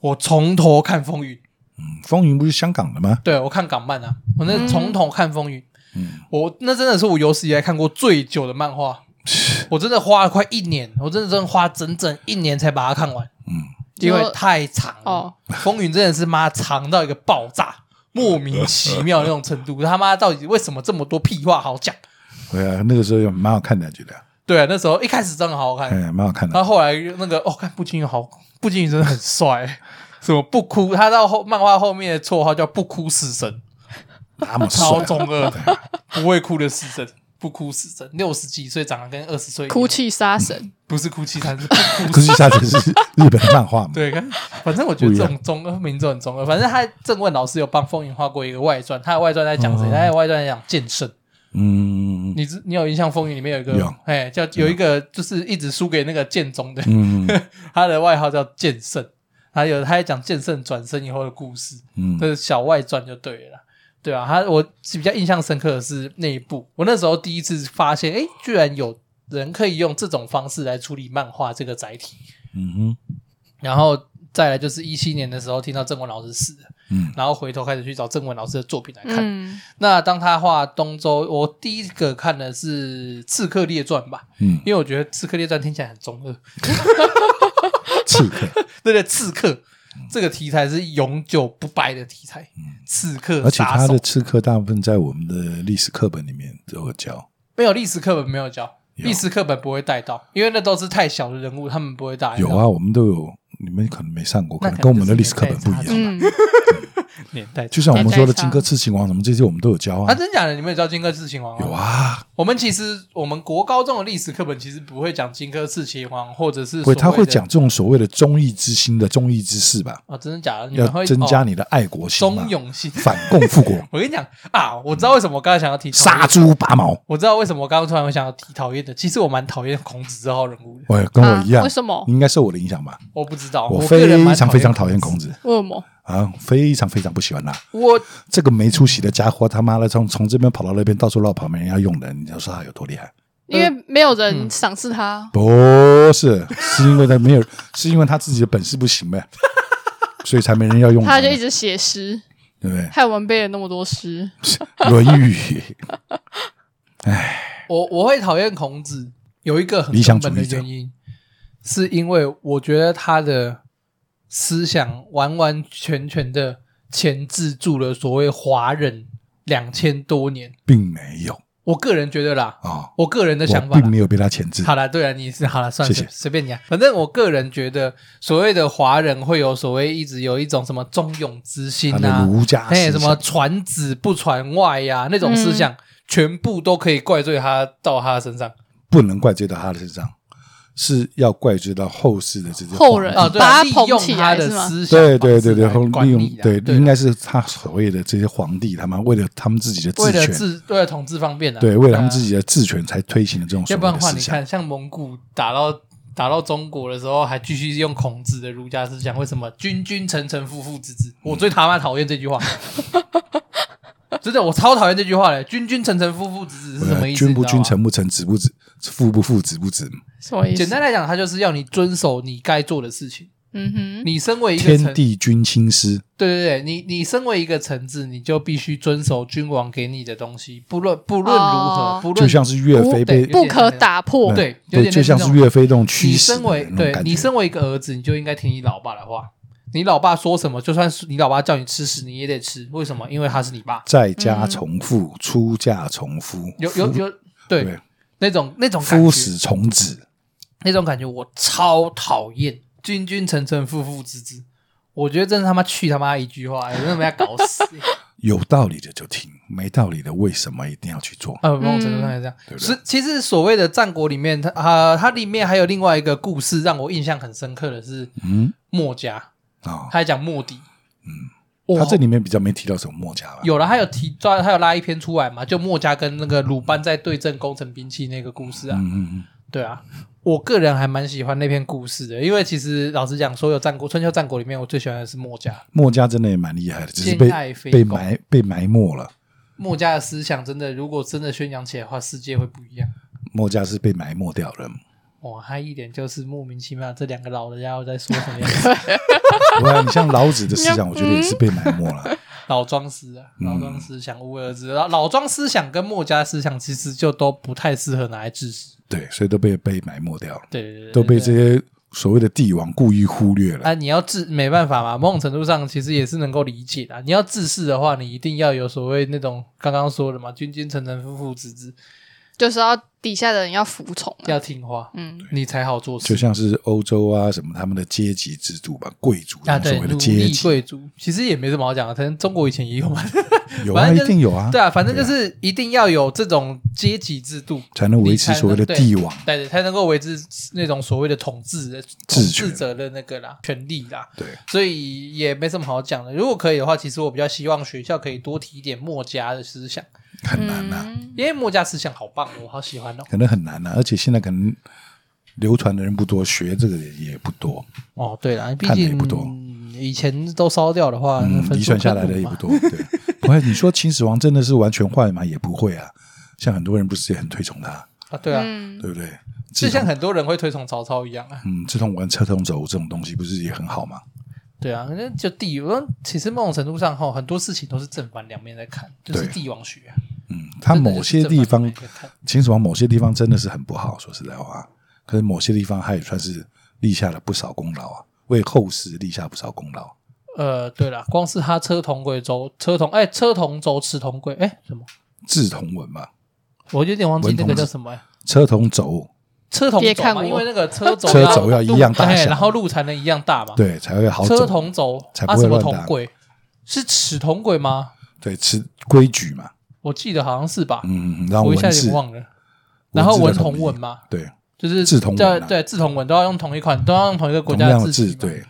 S1: 我从头看风云。
S3: 嗯风云不是香港的吗？
S1: 对我看港漫啊，我那
S2: 嗯
S1: 从头看风云，
S3: 嗯
S1: 我那真的是我有史以来看过最久的漫画。我真的花了快一年，我真的真的花整整一年才把它看完，
S3: 嗯，
S1: 因为
S2: 就
S1: 太长了。
S2: 哦，
S1: 风云真的是妈长到一个爆炸，莫名其妙那种程度。他妈到底为什么这么多屁话好讲？
S3: 对啊，那个时候也蛮好看的，觉得，
S1: 对啊，那时候一开始真的好好看，
S3: 哎，蛮好看的
S2: 啊
S1: 然后后来那个哦，看步惊云好，步惊云真的很帅、什么不哭？他到后漫画后面的绰号叫不哭死神，
S3: 那么帅
S1: 超
S3: 啊，
S1: 中 二的，不会哭的死神，不哭死神，六十几岁长得跟二十岁一样，
S2: 哭泣杀神，
S1: 不是哭泣，他是不哭
S3: 可是下子是日本的漫画嘛，
S1: 对，看，反正我觉得
S3: 不一
S1: 这
S3: 样
S1: 种中二名字很中二。反正他郑问老师有帮风云画过一个外传，他的外传在讲谁？
S3: 哦
S1: 他的外传在讲剑圣。
S3: 嗯
S1: 你知你有印象？风云里面有一个
S3: 有，
S1: 哎，叫有一个就是一直输给那个剑宗的，
S3: 嗯
S1: 他的外号叫剑圣。还有他在讲剑圣转身以后的故事，
S3: 嗯
S1: 这是小外传就对了啦。对啊，他我比较印象深刻的是那一部，我那时候第一次发现，哎，居然有人可以用这种方式来处理漫画这个载体。
S3: 嗯哼
S1: 然后再来就是一七年的时候听到郑文老师死了，
S3: 嗯
S1: 然后回头开始去找郑文老师的作品来看。
S2: 嗯，
S1: 那当他画东周，我第一个看的是《刺客列传》吧，
S3: 嗯，
S1: 因为我觉得《刺客列传》听起来很中二。
S3: 刺客，
S1: 对对，刺客
S3: 嗯
S1: 这个题材是永久不败的题材，刺客
S3: 而且
S1: 杀
S3: 他
S1: 手
S3: 的刺客大部分在我们的历史课本里面都有教，
S1: 没有历史课本没有教，
S3: 有
S1: 历史课本不会带到，因为那都是太小的人物，他们不会带。
S3: 有啊，，我们都有，你们可能没上过，可能
S1: 哎那可能
S3: 跟我们的历史课本不一
S1: 就是
S3: 样。
S2: 嗯，
S1: 年代
S3: 就像我们说
S2: 年
S3: 的
S2: 代差
S3: 荆轲刺秦王什么这些，我们都有教
S1: 啊，
S3: 啊，
S1: 真假的？你们有教荆轲刺秦王吗？
S3: 有啊，
S1: 我们其实我们国高中的历史课本其实不会讲荆轲刺秦王，或者是
S3: 不会，他
S1: 所谓
S3: 会
S1: 的
S3: 讲这种所谓的忠义之心的忠义之士吧，
S1: 啊，真的假的？你
S3: 要
S1: 们会
S3: 增加
S1: 哦
S3: 你的爱国心嘛
S1: 忠，勇心。
S3: 反共复国，
S1: 我跟你讲啊，我知道为什么我刚才想要提讨厌
S3: 杀，猪拔毛。
S1: 我知道为什么我刚刚突然想要提讨厌的。其实我蛮讨厌孔子这号人物的，
S3: 喂，跟我
S2: 啊
S3: 一样
S2: 为，什么？
S3: 应该受我的影响吧？
S1: 我不知道，
S3: 我
S1: 哦我个人
S3: 非
S1: 蛮
S3: 常非常讨厌
S1: 厌
S3: 孔
S1: 子。
S3: 子
S2: 为什么？
S3: 啊，非常非常不喜欢他。
S1: 我
S3: 这个没出息的家伙，他妈的从从这边跑到那边，到处绕跑，没人要用的，你要说他有多厉害？
S2: 因为没有人赏识他，
S3: 不是，是因为他没有，是因为他自己的本事不行呗， 所以才没人要用
S2: 他就
S3: 嘛
S2: 一直写诗，
S3: 对不对？
S2: 害我们背了那么多诗。
S3: 《论语》
S1: 我我会讨厌孔子，有一个很
S3: 理想
S1: 根
S3: 主义
S1: 本的
S3: 者
S1: 原因，是因为我觉得他的思想完完全全的钳制住了所谓华人两千多年。
S3: 并没有
S1: 我个人觉得啦，
S3: 啊、
S1: 我个人的想
S3: 我
S1: 法啦
S3: 并没有被他钳制。
S1: 好了，对啊了，你是好了，算了，
S3: 谢谢
S1: 随便你啊。反正我个人觉得，所谓的华人会有所谓一直有一种什么忠勇之心
S3: 他的
S1: 啊，
S3: 儒家
S1: 哎，
S3: 思
S1: 什么
S3: 想，
S1: 传子不传外呀、那种思想，全部都可以怪罪他到他身上。
S3: 不能怪罪到他的身上，是要怪罪到后世的这些
S2: 后人
S1: 哦，
S3: 皇帝
S1: 对啊、
S2: 把他
S1: 利
S2: 捧
S1: 用
S2: 起
S1: 他
S2: 来
S1: 的
S2: 是吗
S1: 思想
S3: 对
S1: 方式
S3: 对对对，
S1: 来
S3: 后
S1: 管
S3: 利
S1: 理啊
S3: 用
S1: 啦
S3: 对，
S1: 对
S3: 应
S1: 啦
S3: 该是他所谓的这些皇帝，他们为了他们自己的
S1: 为
S3: 治
S1: 了
S3: 权，
S1: 自为了统治方便啊，
S3: 对，为了他们
S1: 啊
S3: 自己的治权才推行的这种所
S1: 要
S3: 谓
S1: 不然的
S3: 的
S1: 话，
S3: 思
S1: 你
S3: 想。
S1: 看像蒙古打到打到中国的时候，还继续用孔子的儒家思想，为什么君君臣臣父父子子？我最他妈讨厌这句话， 真的，我超讨厌这句话嘞！君君臣臣，夫夫子子是什么意思？
S3: 呃啊君不君，
S1: 你知道吗
S3: 臣不臣，子不子，父不父，子不子。
S2: 什么意思？
S1: 简单，来讲，他就是要你遵守你该做的事情。
S2: 嗯哼，
S1: 你身为一个
S3: 天
S1: 臣，
S3: 地君亲师，
S1: 对对对，你你身为一个臣子，你就必须遵守君王给你的东西，不论不论如何
S2: 哦，
S1: 不论
S3: 就像是岳
S1: 对
S3: 飞被
S1: 有点
S2: 不可打破。
S1: 对有
S3: 对，
S1: 点
S3: 就
S1: 类似
S3: 像
S1: 那
S3: 是
S1: 种
S3: 岳飞那种驱
S1: 你
S3: 使的
S1: 身为
S3: 那种
S1: 对
S3: 感
S1: 你
S3: 觉
S1: 身为一个儿子，你就应该听你老爸的话。你老爸说什么，就算是你老爸叫你吃屎，你也得吃。为什么？因为他是你爸。
S3: 在家从父，出嫁从夫，
S1: 嗯有有有，
S3: 对
S1: 对那种那种感
S3: 夫
S1: 觉，
S3: 死从子，
S1: 那种感觉我超讨厌。君君臣臣，父父子子，我觉得真的他妈去他妈一句话，有那么要搞死。
S3: 有道理的就听，没道理的为什么一定要去做？
S1: 呃，某种程度上是这样。
S3: 对不对
S1: 是其实所谓的战国里面，它呃，它里面还有另外一个故事让我印象很深刻的是
S3: 嗯
S1: 墨家，
S3: 啊
S1: 他，还讲墨底。嗯，
S3: 他这里面比较没提到什么墨家吧？
S1: 有了，他有提抓，他有拉一篇出来嘛，就墨家跟那个鲁班在对阵攻城兵器那个故事啊。
S3: 嗯嗯嗯，
S1: 对啊，我个人还蛮喜欢那篇故事的，因为其实老实讲，所有战国春秋战国里面，我最喜欢的是墨家。
S3: 墨家真的也蛮厉害的，只是
S1: 兼
S3: 被
S1: 爱非
S3: 被
S1: 攻
S3: 埋被埋没了。
S1: 墨家的思想真的，如果真的宣扬起来的话，世界会不一样。
S3: 墨家是被埋没掉了，
S1: 哇，他一点就是莫名其妙，这两个老人家又在说什么样子？
S3: 不然你像老子的思想，我觉得也是被埋没
S1: 嗯
S3: 了。
S1: 老庄思啊，
S3: 嗯
S1: 老庄思想无为而治。老老庄思想跟墨家思想其实就都不太适合拿来治世。
S3: 对，所以都被被埋没掉了，
S1: 对对对对，
S3: 都被
S1: 对
S3: 这些所谓的帝王故意忽略了。
S1: 啊，你要治没办法嘛，某种程度上其实也是能够理解的。你要治世的话，你一定要有所谓那种刚刚说的嘛，君君臣臣，父父子子，
S2: 就是要底下的人要服从啊。
S1: 要听话，
S2: 嗯，
S1: 你才好做事
S3: 就。像是欧洲啊什么他们的阶级制度吧，贵族
S1: 啊，
S3: 他们
S1: 对，
S3: 所谓的
S1: 奴
S3: 阶
S1: 隶
S3: 级
S1: 贵族其实也没什么好讲的，可能中国以前也有嘛。
S3: 有
S1: 反
S3: 啊，
S1: 正
S3: 一
S1: 就是
S3: 定有啊，
S1: 对啊，反正就
S3: 对啊
S1: 是一定要有这种阶级制度，
S3: 才能维持所谓的帝王。
S1: 对对，才能够维持那种所谓的统治的统
S3: 治权
S1: 治者的那个啦权利啦。
S3: 对，
S1: 所以也没什么好讲的。如果可以的话，其实我比较希望学校可以多提一点墨家的思想，
S3: 很难啊呐、
S2: 嗯
S1: 因为墨家思想好棒，我好喜欢哦。
S3: 可能很难呐、啊而且现在可能流传的人不多，学这个的也不多，
S1: 哦，对了，毕
S3: 看的也
S1: 竟
S3: 不多
S1: 以前都烧掉的话，啊那
S3: 嗯，
S1: 分
S3: 遗
S1: 数
S3: 传下来的也
S1: 更
S3: 不
S1: 嘛。
S3: 多。对，不会，你说秦始皇真的是完全坏吗？也不会啊，像很多人不是也很推崇他，
S1: 啊，对啊，
S2: 嗯
S3: 对不对？
S1: 就
S3: 自
S1: 像
S3: 从
S1: 很多人会推崇曹操一样啊。
S3: 嗯，自从玩车同轴这种东西，不是也很好吗？
S1: 对
S3: 嗯
S1: 啊，那就帝王，其实某种程度上哈，很多事情都是正反两面在看，就是
S3: 对
S1: 帝王学啊。
S3: 嗯，他
S1: 真的
S3: 某
S1: 就是
S3: 些
S1: 正反
S3: 地方
S1: 两面在看
S3: 秦始皇某些地方真的是很不好，说实在话，可是某些地方他也算是立下了不少功劳啊，为后世立下不少功劳。
S1: 呃，对了，光是他车同轨轴，车同哎，车同轴，齿同轨，哎，什么？
S3: 志同文嘛，
S1: 我有点忘记
S3: 文
S1: 那
S3: 同
S1: 个叫
S3: 志
S1: 什么、哎
S3: 车同轴，
S1: 车同
S2: 别
S1: 轴
S2: 看
S1: 嘛，
S2: 我
S1: 因为那个车 轴啊
S3: 车轴要一样大
S1: 路哎
S3: 小
S1: 然后路才能一样大嘛。，
S3: 对，才会好
S1: 车
S3: 走。
S1: 同轴
S3: 才
S1: 啊，
S3: 不会
S1: 什么
S3: 乱
S1: 同
S3: 搭
S1: 轨？是齿同轨吗？
S3: 对，吃规矩嘛，
S1: 我记得好像是吧，
S3: 嗯，然后
S1: 我一
S3: 文
S1: 下
S3: 字
S1: 也，忘了。然后文
S3: 文字的
S1: 同
S3: 统一
S1: 文嘛，
S3: 对，
S1: 就是
S3: 志同文
S1: 对
S3: 啊
S1: 对志同文都要用同一款，都要用同一个国
S3: 同
S1: 家
S3: 样的
S1: 字
S3: 字，
S1: 体嘛。
S3: 对，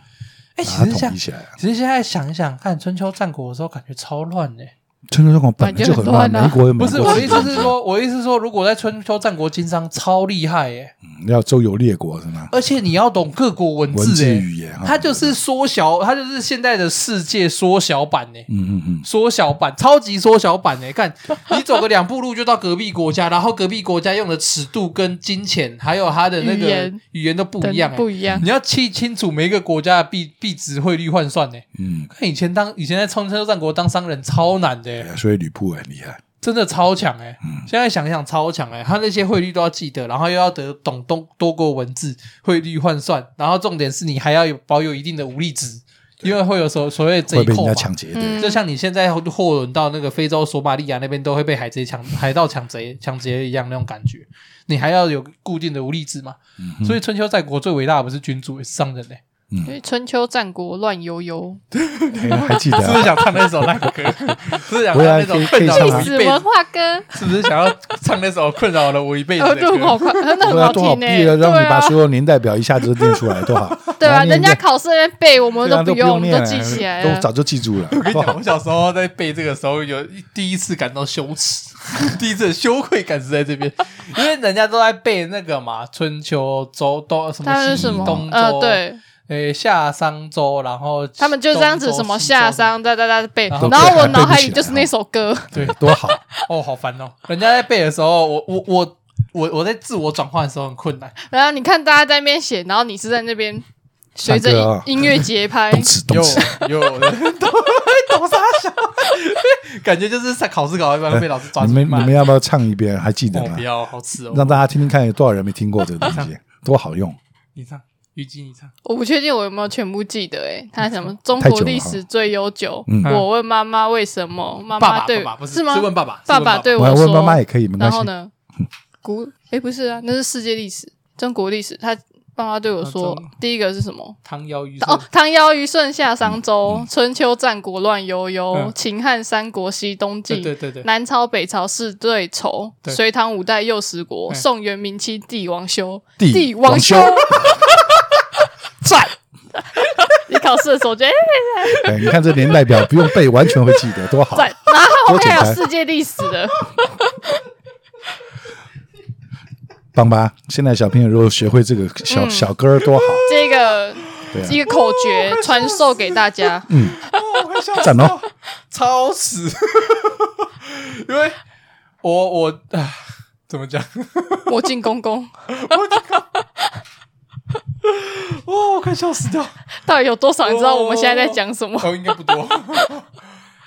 S1: 哎，
S3: 把
S1: 其
S3: 它
S1: 实
S3: 统
S1: 像
S3: 一起来啊。
S1: 其实现在想一想，看春秋战国的时候，感觉超乱的、欸
S3: 春秋战国本来就很
S2: 感觉很
S3: 乱，
S2: 乱啊
S3: 美国也没
S1: 不
S3: 有
S1: 是我的意思是说，我的意思是说，如果在春秋战国经商超厉害耶、
S3: 嗯要周游列国是吗？
S1: 而且你要懂各国文
S3: 文
S1: 字
S3: 字
S1: 耶、
S3: 语言啊哈，
S1: 它就是缩小，它就是现在的世界缩小版呢、
S3: 嗯嗯嗯，
S1: 缩小版，超级缩小版呢、看，你走个两步路就到隔壁国家，然后隔壁国家用的尺度跟金钱，还有它的那
S2: 语
S1: 个
S2: 言
S1: 语言都不一样、欸。
S2: 等不一 样。
S3: 嗯
S1: 你要记清楚每一个国家的币币值汇率换算呢、
S3: 嗯，
S1: 看以前当以前在春秋战国当商人超难的、
S3: 对嗯
S1: 欸，
S3: 啊，所以吕布很厉害，
S1: 真的超强哎、现在想想超强哎、他那些汇率都要记得，然后又要得懂多多国文字、汇率换算，然后重点是你还要有保有一定的武力值，因为会有所所谓的贼
S3: 会被人
S1: 寇
S3: 家
S1: 嘛。
S3: 抢劫，对，
S2: 嗯
S1: 就像你现在货轮到那个非洲索马利亚那边都会被海贼
S3: 嗯
S1: 抢、海盗抢贼、抢劫一样那种感觉，你还要有固定的武力值嘛。
S3: 嗯
S1: 所以春秋战国最伟大的不是君主，也是商人嘞、欸
S2: 因为春秋战国乱悠悠，
S3: 哎还记 得
S1: 是不是
S3: 啊
S1: 想唱那首那个歌？ 是不是想唱
S3: 回来
S1: 那首
S3: 可以
S1: 困扰
S3: 可
S1: 了
S3: 以唱
S1: 我
S3: 啊
S1: 一
S2: 死
S1: 辈
S2: 文
S1: 子？
S2: 化歌，
S1: 是不是想要唱那首困扰了我一辈子
S2: 呃，
S1: 的
S2: 这很
S1: 歌
S2: 好？ 看，真的很
S3: 对啊，
S2: 好
S3: 多好
S2: 听呢。
S3: 毕业，让
S2: 对
S3: 你把
S2: 啊，
S3: 所有年代表一下子都念出来，多好。
S2: 对
S3: 然
S2: 啊，
S3: 后念
S2: 人家
S3: 念
S2: 考试在那边背，我们
S3: 对啊
S2: 都
S3: 都
S2: 不用，
S3: 不念
S2: 都
S3: 了
S2: 记起来
S3: 都
S2: 了。
S3: 早就记住了，哦
S1: 我跟
S3: 多
S1: 你讲，我。
S3: 好
S1: 小时候在背这个时候，有第一次感到羞耻， 第一次的羞愧感是在这边，因为人家都在背那个嘛，春秋周都什么
S2: 他是
S1: 西
S2: 什么
S1: 东？
S2: 呃
S1: 周，，
S2: 对，
S1: 诶、夏商周，然后
S2: 他们就这样子什么夏
S1: 商，
S2: 商哒哒哒背，
S1: 然后
S2: 然后我
S3: 背不起来
S2: 脑
S3: 啊
S2: 海里就是那首歌，
S1: 对，
S3: 多好，
S1: 哦，好烦哦！人家在背的时候，我我我我我在自我转换的时候很困难。
S2: 然后你看大家在那边写，然后你是在那边随着
S3: 唱歌啊
S2: 音音乐节拍，
S3: 动词动
S1: 有
S3: 词，
S1: 有 懂懂啥小，啊感觉就是在考试考到一半被老师抓
S3: 你
S1: 住
S3: 们
S1: 骂
S3: 你们要不要唱一遍？还记得
S1: 哦，
S3: 吗
S1: 不？要，好吃哦！
S3: 让大家听听看，有多少人没听过这个东西，多好用！
S1: 你唱，虞姬你唱，
S2: 我不确定我有没有全部记得诶、他什么中
S3: 太久
S2: 国
S3: 了
S2: 历史最悠久，
S3: 嗯
S2: 我问妈妈为什么，啊妈
S1: 嗯爸爸
S2: 对
S1: 爸爸不是
S2: 是吗？
S1: 问爸爸，是
S2: 爸
S1: 问
S2: 爸
S1: 爸
S2: 对
S3: 我还
S2: 我
S3: 问
S2: 说，
S3: 妈妈也可以，没
S2: 然
S3: 关系嗯
S2: 后。呢，古诶，不是啊，那是世界历史，中国历史。他爸妈对我说
S1: 啊中，
S2: 第一个是什么？
S1: 汤妖虞
S2: 哦
S1: 舜，
S2: 唐尧虞舜夏商周，春秋战国乱悠悠
S1: 嗯，
S2: 秦汉三国西东
S1: 对对
S2: 晋，
S1: 对对，
S2: 南朝北朝是对仇，
S1: 对
S2: 隋唐五代又十国，
S1: 嗯
S2: 宋元明清帝王修，
S3: 帝
S2: 帝
S3: 王
S2: 修
S3: 修，
S2: 赞。你考试的时候觉得哎
S3: 哎，你看这年代表不用背，完全会记得，多 好！
S2: 赞，然后后
S3: 多
S2: 面
S3: 简
S2: 还有
S3: 单，
S2: 世界历史的，
S3: 棒吧！现在小朋友如果学会这个
S2: 嗯
S3: 小小歌，多好！
S2: 这 个
S3: 对啊
S2: 一个口
S1: 哦
S2: 诀传授给大家。
S1: 哦，我快笑死
S3: 赞
S1: 了
S3: 哦，
S1: 超时， 因为我我 啊，怎么讲？
S2: 魔镜公
S1: 哦，
S2: 公
S1: 我快笑死掉。
S2: 到底有多少人知道我们现在在讲什么？
S1: 哦，应该不多。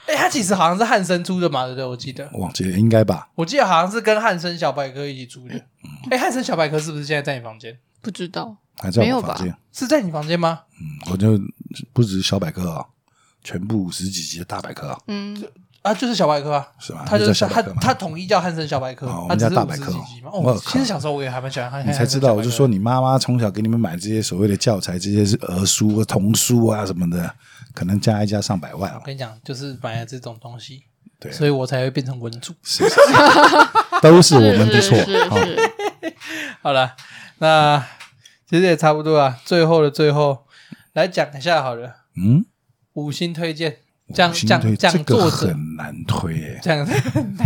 S1: 哎、他其实好像是汉森出的嘛，对不对？我记得，
S3: 忘记了，应该吧？
S1: 我记得好像是跟汉森小百科一起出的。
S3: 嗯
S1: 哎、汉森小百科是不是现在在你房间？
S2: 不知道，
S3: 还在
S2: 没有
S3: 我
S2: 吧
S3: 房间，
S1: 是在你房间吗？
S3: 嗯我就不止小百科啊，全部五十几集的大百科啊，
S2: 嗯，
S1: 啊，就是小百科啊，
S3: 是吧？
S1: 他就
S3: 那叫
S1: 是
S3: 小
S1: 他
S3: 百科嘛。
S1: 他统一叫汉森小百科，
S3: 哦我
S1: 他
S3: 们
S1: 只
S3: 家
S1: 是
S3: 大
S1: 五
S3: 百
S1: 十
S3: 科
S1: 几集嘛。
S3: 我
S1: 哦，
S3: 靠
S1: 其实小时候我也还蛮喜欢看，
S3: 你才知
S2: 哎
S3: 道，我就说你妈妈从小给你们买这些所谓的教材，这些是儿书、童书啊什么的，可能加一加上百万哦
S1: 我。跟你讲，就是买了这种东西，
S3: 对，
S1: 所以我才会变成文主。
S3: 是是是都是我们的错
S2: 是。是
S3: 哦
S2: 是，
S1: 好了，那其实也差不多啊。最后的最后，来讲一下好了，
S3: 嗯，
S1: 五星推荐，讲
S3: 五星
S1: 讲
S3: 推
S1: 讲
S3: 这
S1: 作
S3: 个
S1: 者，，
S3: 很难推耶
S1: 讲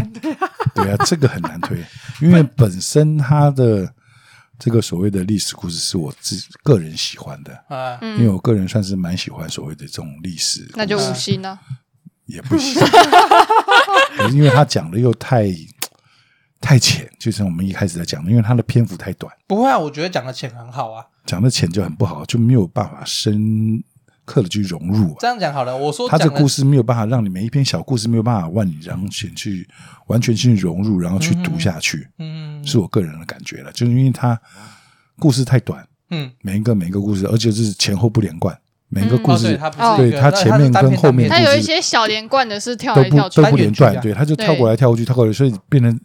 S3: 对啊，这个很难推，因为本身它的这个所谓的历史故事是我自个人喜欢的，
S1: 啊，
S3: 因为我个人算是蛮喜欢所谓的这种历史故事，
S2: 嗯那就
S1: 嗯
S2: 五星啊了。
S3: 也不行，可 是因为他讲的又太太浅，就像我们一开始在讲的，因为他的篇幅太短，
S1: 不会啊，我觉得讲的钱很好啊。
S3: 讲的浅就很不好，就没有办法深刻的去融入、啊。
S1: 这样讲好了，我说
S3: 他这
S1: 讲的
S3: 故事没有办法让你每一篇小故事没有办法让你让选去完全去融入，然后去读下去，
S1: 嗯
S3: 是我个人的感觉了。就是因为他故事太短，
S1: 嗯，
S3: 每一个每一个故事，而且是前后不连贯，每一个故
S1: 哦，
S3: 事、
S1: 对，它不是一
S3: 对
S1: 个
S3: 它前面跟后面
S1: 它是单片
S2: 它
S1: 单片
S2: 有一些小连贯的是跳
S3: 都
S2: 来
S3: 不
S2: 跳
S3: 都
S2: 去，
S1: 单
S3: 不
S1: 元
S3: 连
S1: 剧啊
S3: 贯，对，他就跳过来跳过去，跳过来，所以变成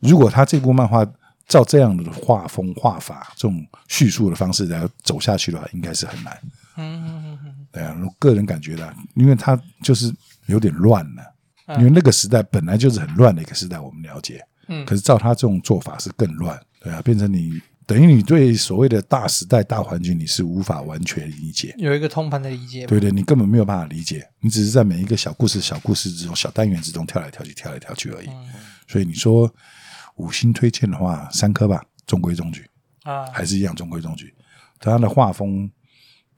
S3: 如果他这部漫画照这样的画风、画法、这种叙述的方式来走下去的话，应该是很难。
S1: 嗯嗯嗯
S3: 对啊，我个人感觉的，因为他就是有点乱了。
S1: 嗯
S3: 因为那个时代本来就是很乱的一个时代，我们了解。
S1: 嗯
S3: 可是照他这种做法是更乱，对啊，变成你等于你对所谓的大时代、大环境你是无法完全理解，
S1: 有一个通盘的理解。
S3: 对对，你根本没有办法理解，你只是在每一个小故事、小故事之中、小单元之中跳来跳去、跳来跳去而已。
S1: 嗯
S3: 所以你说五星推荐的话，三颗吧，中规中矩，
S1: 啊
S3: 还是一样中规中矩。他的画风，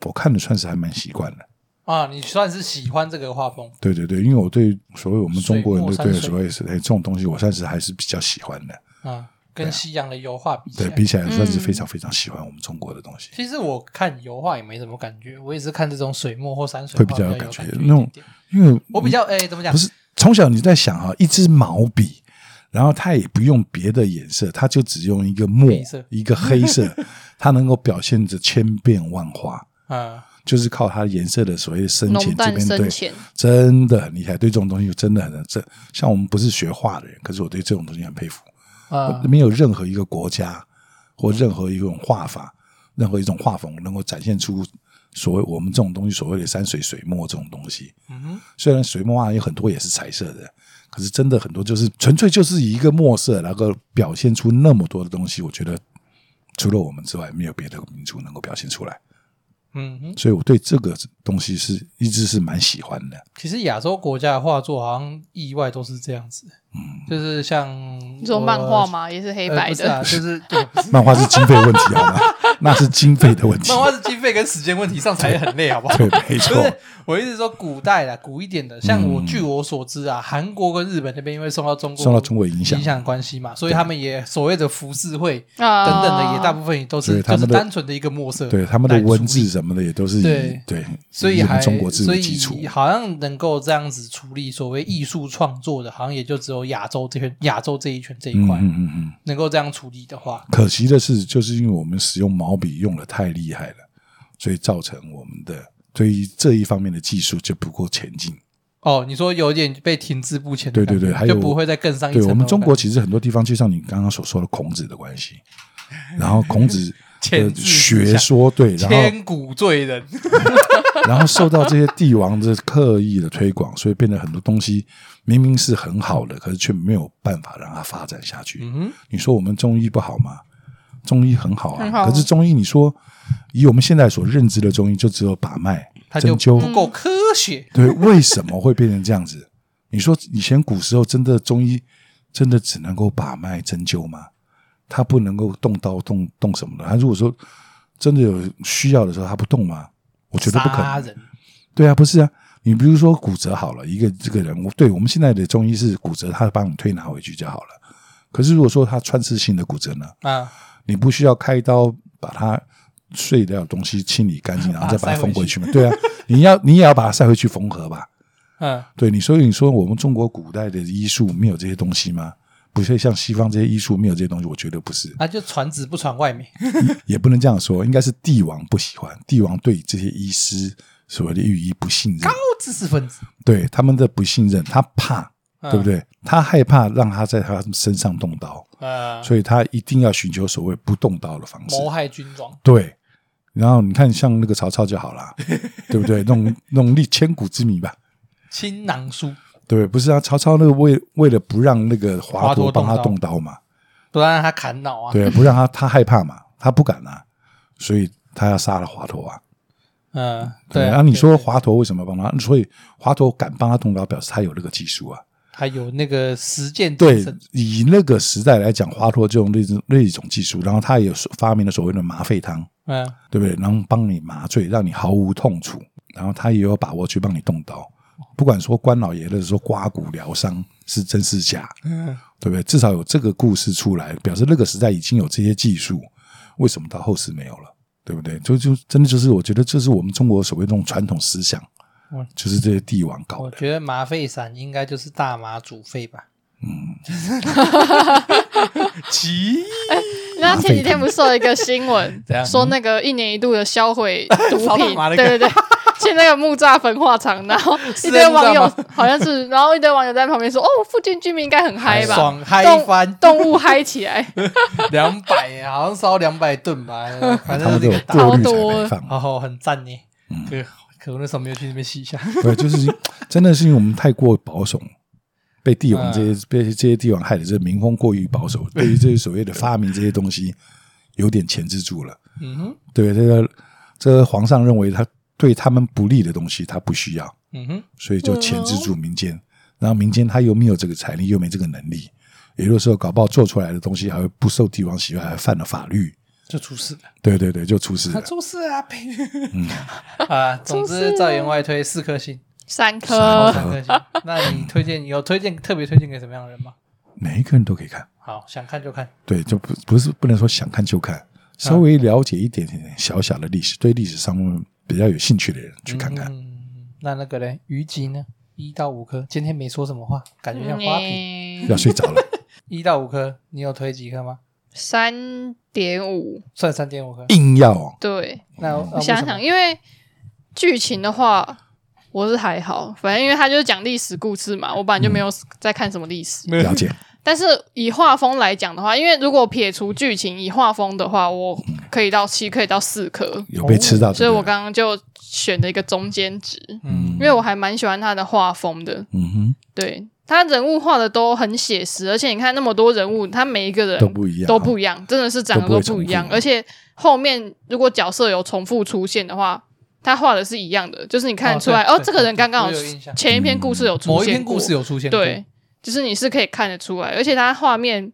S3: 我看的算是还蛮习惯的。
S1: 啊，你算是喜欢这个画风，
S3: 对对对，因为我对所谓我们中国人对
S1: 水墨山
S3: 对
S1: 水
S3: 所谓是哎这种东西，我算是还是比较喜欢的。
S1: 啊，跟西洋的油画比起
S3: 对
S1: 来，
S3: 比起来，算是
S1: 嗯
S3: 非常非常喜欢我们中国的东西。
S1: 其实我看油画也没什么感觉，我也是看这种水墨或山水
S3: 会
S1: 画
S3: 比较有
S1: 有
S3: 感觉
S1: 觉一
S3: 那种
S1: 点点。
S3: 因为
S1: 我比较哎，怎么讲
S3: 不？是从小你在想啊，一支毛笔，然后它也不用别的颜色，它就只用一个墨
S1: 黑色，
S3: 一个黑 色，它能够表现着千变万化，
S1: 啊，
S3: 就是靠它颜色的所谓深
S2: 浓
S3: 浅这
S2: 淡
S3: 边对
S2: 深，浅，
S3: 真的很厉害。对这种东西真的很这，像我们不是学画的人，可是我对这种东西很佩服。
S1: 啊，
S3: 呃没有任何一个国家或任何一种画法、任何一种画风能够展现出所谓我们这种东西所谓的山水水墨这种东西。
S1: 嗯哼，
S3: 虽然水墨画有很多也是彩色的，可是真的很多就是纯粹就是以一个墨色，然后表现出那么多的东西。我觉得除了我们之外，没有别的民族能够表现出来。
S1: 嗯哼。
S3: 所以我对这个东西是一直是蛮喜欢 的。
S1: 其实亚洲国家的画作好像意外都是这样子，
S3: 嗯
S1: 就是像
S2: 你说
S1: 我
S2: 漫画吗？也是黑
S1: 呃
S2: 白
S1: 不是
S2: 的，
S1: 啊，就是对不是
S3: 漫画是经费问题，好吗？那是经费的问题
S1: 漫。画是经费跟时间问题上才很累，好不好？
S3: 对，没
S1: 不
S3: 错
S1: 是，，我一直说古代啦，古一点的，像我、
S3: 嗯
S1: 据我所知啊，韩国跟日本那边因为受到中国
S3: 受到中国影响
S1: 影，响的关系嘛，所以他们也所谓的服饰会
S2: 啊，
S1: 等等的，也大部分也都
S3: 所
S1: 是
S3: 以他
S1: 就
S3: 们
S1: 是
S3: 的
S1: 单纯的一个墨色，
S3: 对他们的文字，什么的也都是以
S1: 对
S3: 对，
S1: 所以
S3: 以日
S1: 还
S3: 本中国字
S1: 所
S3: 为基础
S1: 以。好像能够这样子处理所谓艺术创作的，好像也就只有亚洲这圈亚洲这一圈这一
S3: 嗯
S1: 块、
S3: 嗯嗯嗯。
S1: 能够这样处理的话，
S3: 可惜的是，就是因为我们使用毛笔用的太厉害了，所以造成我们的对于这一方面的技术就不够前进。
S1: 哦，你说有点被停滞不前的
S3: 对
S1: 感觉，
S3: 对对还有
S1: 就不会再更上一层
S3: 对
S1: 楼了。
S3: 我们中国其实很多地方，就像你刚刚所说的孔子的关系，然后孔 子
S1: 前
S3: 的
S1: 置
S3: 学说对，然后
S1: 千古罪人，
S3: 然后受到这些帝王的刻意的推广，所以变得很多东西明明是很好的，可是却没有办法让它发展下去。
S1: 嗯
S3: 你说我们中医不好吗？中医很好啊，
S2: 很好
S3: 可是中医你说以我们现在所认知的中医，就只有把脉、
S1: 哼，它
S3: 针
S1: 就
S3: 灸，
S1: 不够科学。
S3: 对，为什么会变成这样子？你说以前古时候真的中医真的只能够把脉针灸吗？他不能够动刀动动什么的。他如果说真的有需要的时候，他不动吗？我觉得不可
S1: 杀
S3: 能。
S1: 人
S3: 对啊，不是啊。你比如说骨折好了，一个这个人，我对我们现在的中医是骨折，他帮你推拿回去就好了。可是如果说他穿刺性的骨折呢，
S1: 啊，
S3: 你不需要开刀把它碎掉的东西清理干净，然后再把它缝回去嘛？对啊，你要你也要把它塞回去缝合吧？
S1: 嗯，
S3: 对，你所以你说我们中国古代的医术没有这些东西吗？不是像西方这些医术没有这些东西，我觉得不是，
S1: 那啊就传子不传外媒，
S3: 也不能这样说，应该是帝王不喜欢，帝王对这些医师所谓的御医不信任，
S1: 不知识分子，
S3: 对他们的不信任，他怕，
S1: 嗯
S3: 对不？对？他害怕让他在他身上动刀，
S1: 呃，
S3: 所以他一定要寻求所谓不动刀的方式，
S1: 谋害军装，
S3: 对。然后你看，像那个曹操就好 啦，对不对？弄弄立千古之谜吧，
S1: 亲囊书，
S3: 对，不是啊？曹操那个为为了不让那个
S1: 华
S3: 华
S1: 佗
S3: 佗帮他
S1: 动
S3: 动刀嘛，
S1: 不然让他砍脑啊。，
S3: 对，不让他他害怕嘛，他不敢啊，所以他要杀了华佗啊。
S1: 嗯，对
S3: 然后、啊、你说华佗为什么帮他？所以华佗敢帮他动刀，表示他有那个技术啊。
S1: 他有那个实践精
S3: 对
S1: 神，
S3: 以那个时代来讲，华佗就用那种那种技术，然后他也有所发明了所谓的麻沸汤，
S1: 嗯，
S3: 对不对？然后帮你麻醉，让你毫无痛楚，然后他也有把握去帮你动刀。不管说关老爷的说刮骨疗伤是真是假，
S1: 嗯
S3: 对不对？至少有这个故事出来，表示那个时代已经有这些技术，为什么到后世没有了？对不对？就就真的就是，我觉得这是我们中国所谓这种传统思想
S1: 嗯，
S3: 就是这些帝王搞
S1: 我
S3: 的。
S1: 觉得麻沸散应该就是大麻煮沸吧。嗯， 奇
S2: 哎那前几天不是有一个新闻
S1: 怎样，
S2: 说那个一年一度的销毁毒
S1: 烧大
S2: 品
S1: 麻，那个
S2: 对对对，去那个木栅焚化厂，然后一堆网
S1: 是在木
S2: 友
S1: 栅
S2: 好像是，然后一堆网友在旁边说：“哦，附近居民应该很嗨吧
S1: 爽嗨？”
S2: 动
S1: 翻
S2: 动物嗨 起来，
S1: 两百，好像烧两百吨 吧，反
S3: 他
S1: 正
S3: 们
S1: 这
S3: 都
S1: 个
S3: 有
S1: 大
S3: 过滤
S2: 好多
S3: 才
S2: 了
S3: 排放，
S1: 哦，很赞呢。可可我那时候没有去那边洗一下。
S3: 对，就是真的是因为我们太过保守，被帝
S1: 嗯
S3: 王这些被这些帝王害的，这民风过于保守，对于这些所谓的发明这些东西有点钳制住了。
S1: 嗯哼，
S3: 对，这个这个皇上认为他对他们不利的东西，他不需要。
S1: 嗯哼，
S3: 所以就钳制住民间，然后民间他又没有这个财力，又没这个能力，有的时候搞不好做出来的东西还会不受帝王喜爱，还犯了法律。
S1: 就出事了。
S3: 对对对，就出事
S1: 他
S3: 了。
S1: 出事啊！呸！ 啊，总
S2: 出事
S1: 之
S2: 了
S1: 照员外推四颗 星，
S2: 三
S3: 呃
S2: 颗
S1: 三颗星。那你推荐有推荐特别推荐给什么样的人吗？
S3: 每一个人都可以看，
S1: 好，想看就看。
S3: 对，就不不是不能说想看就看，稍微了解一点点小小的历史，对历史上面比较有兴趣的人去看看。
S1: 嗯，那那个嘞，虞姬呢？一到五颗，今天没说什么话，感觉像花瓶。
S3: 要
S2: 嗯
S3: 睡着了，
S1: 一到五颗，你有推几颗吗？
S2: 三点五，
S1: 算三点五颗。
S3: 硬要哦，
S2: 对，
S1: 那呃我
S2: 我想想，因为剧情的话。我是还好，反正因为他就是讲历史故事嘛，我本来就没有在看什么历
S1: 嗯
S2: 史，
S3: 了解。
S2: 但是以画风来讲的话，因为如果撇除剧情，以画风的话，我可以到七，可以到四颗，
S3: 有被吃到这
S2: 所以
S3: 个，
S2: 我刚刚就选了一个中间值，
S1: 嗯
S2: 因为我还蛮喜欢他的画风的。
S3: 嗯
S2: 对他人物画的都很写实，而且你看那么多人物，他每一个人
S3: 哼，都不一样，
S2: 都不一样，真的是长得
S3: 都不
S2: 都
S3: 会
S2: 不一
S3: 重
S2: 样。
S3: 复
S2: 而且后面如果角色有重复出现的话，他画的是一样的，就是你看得出来
S1: 哦
S2: 哦
S1: 对
S2: 这个人刚刚
S1: 对
S2: 有
S1: 我有印象嗯
S2: 前一篇故事有出现
S1: 某一篇
S2: 过
S1: 故事有出现过，
S2: 对，就是你是可以看得出来，而且它画面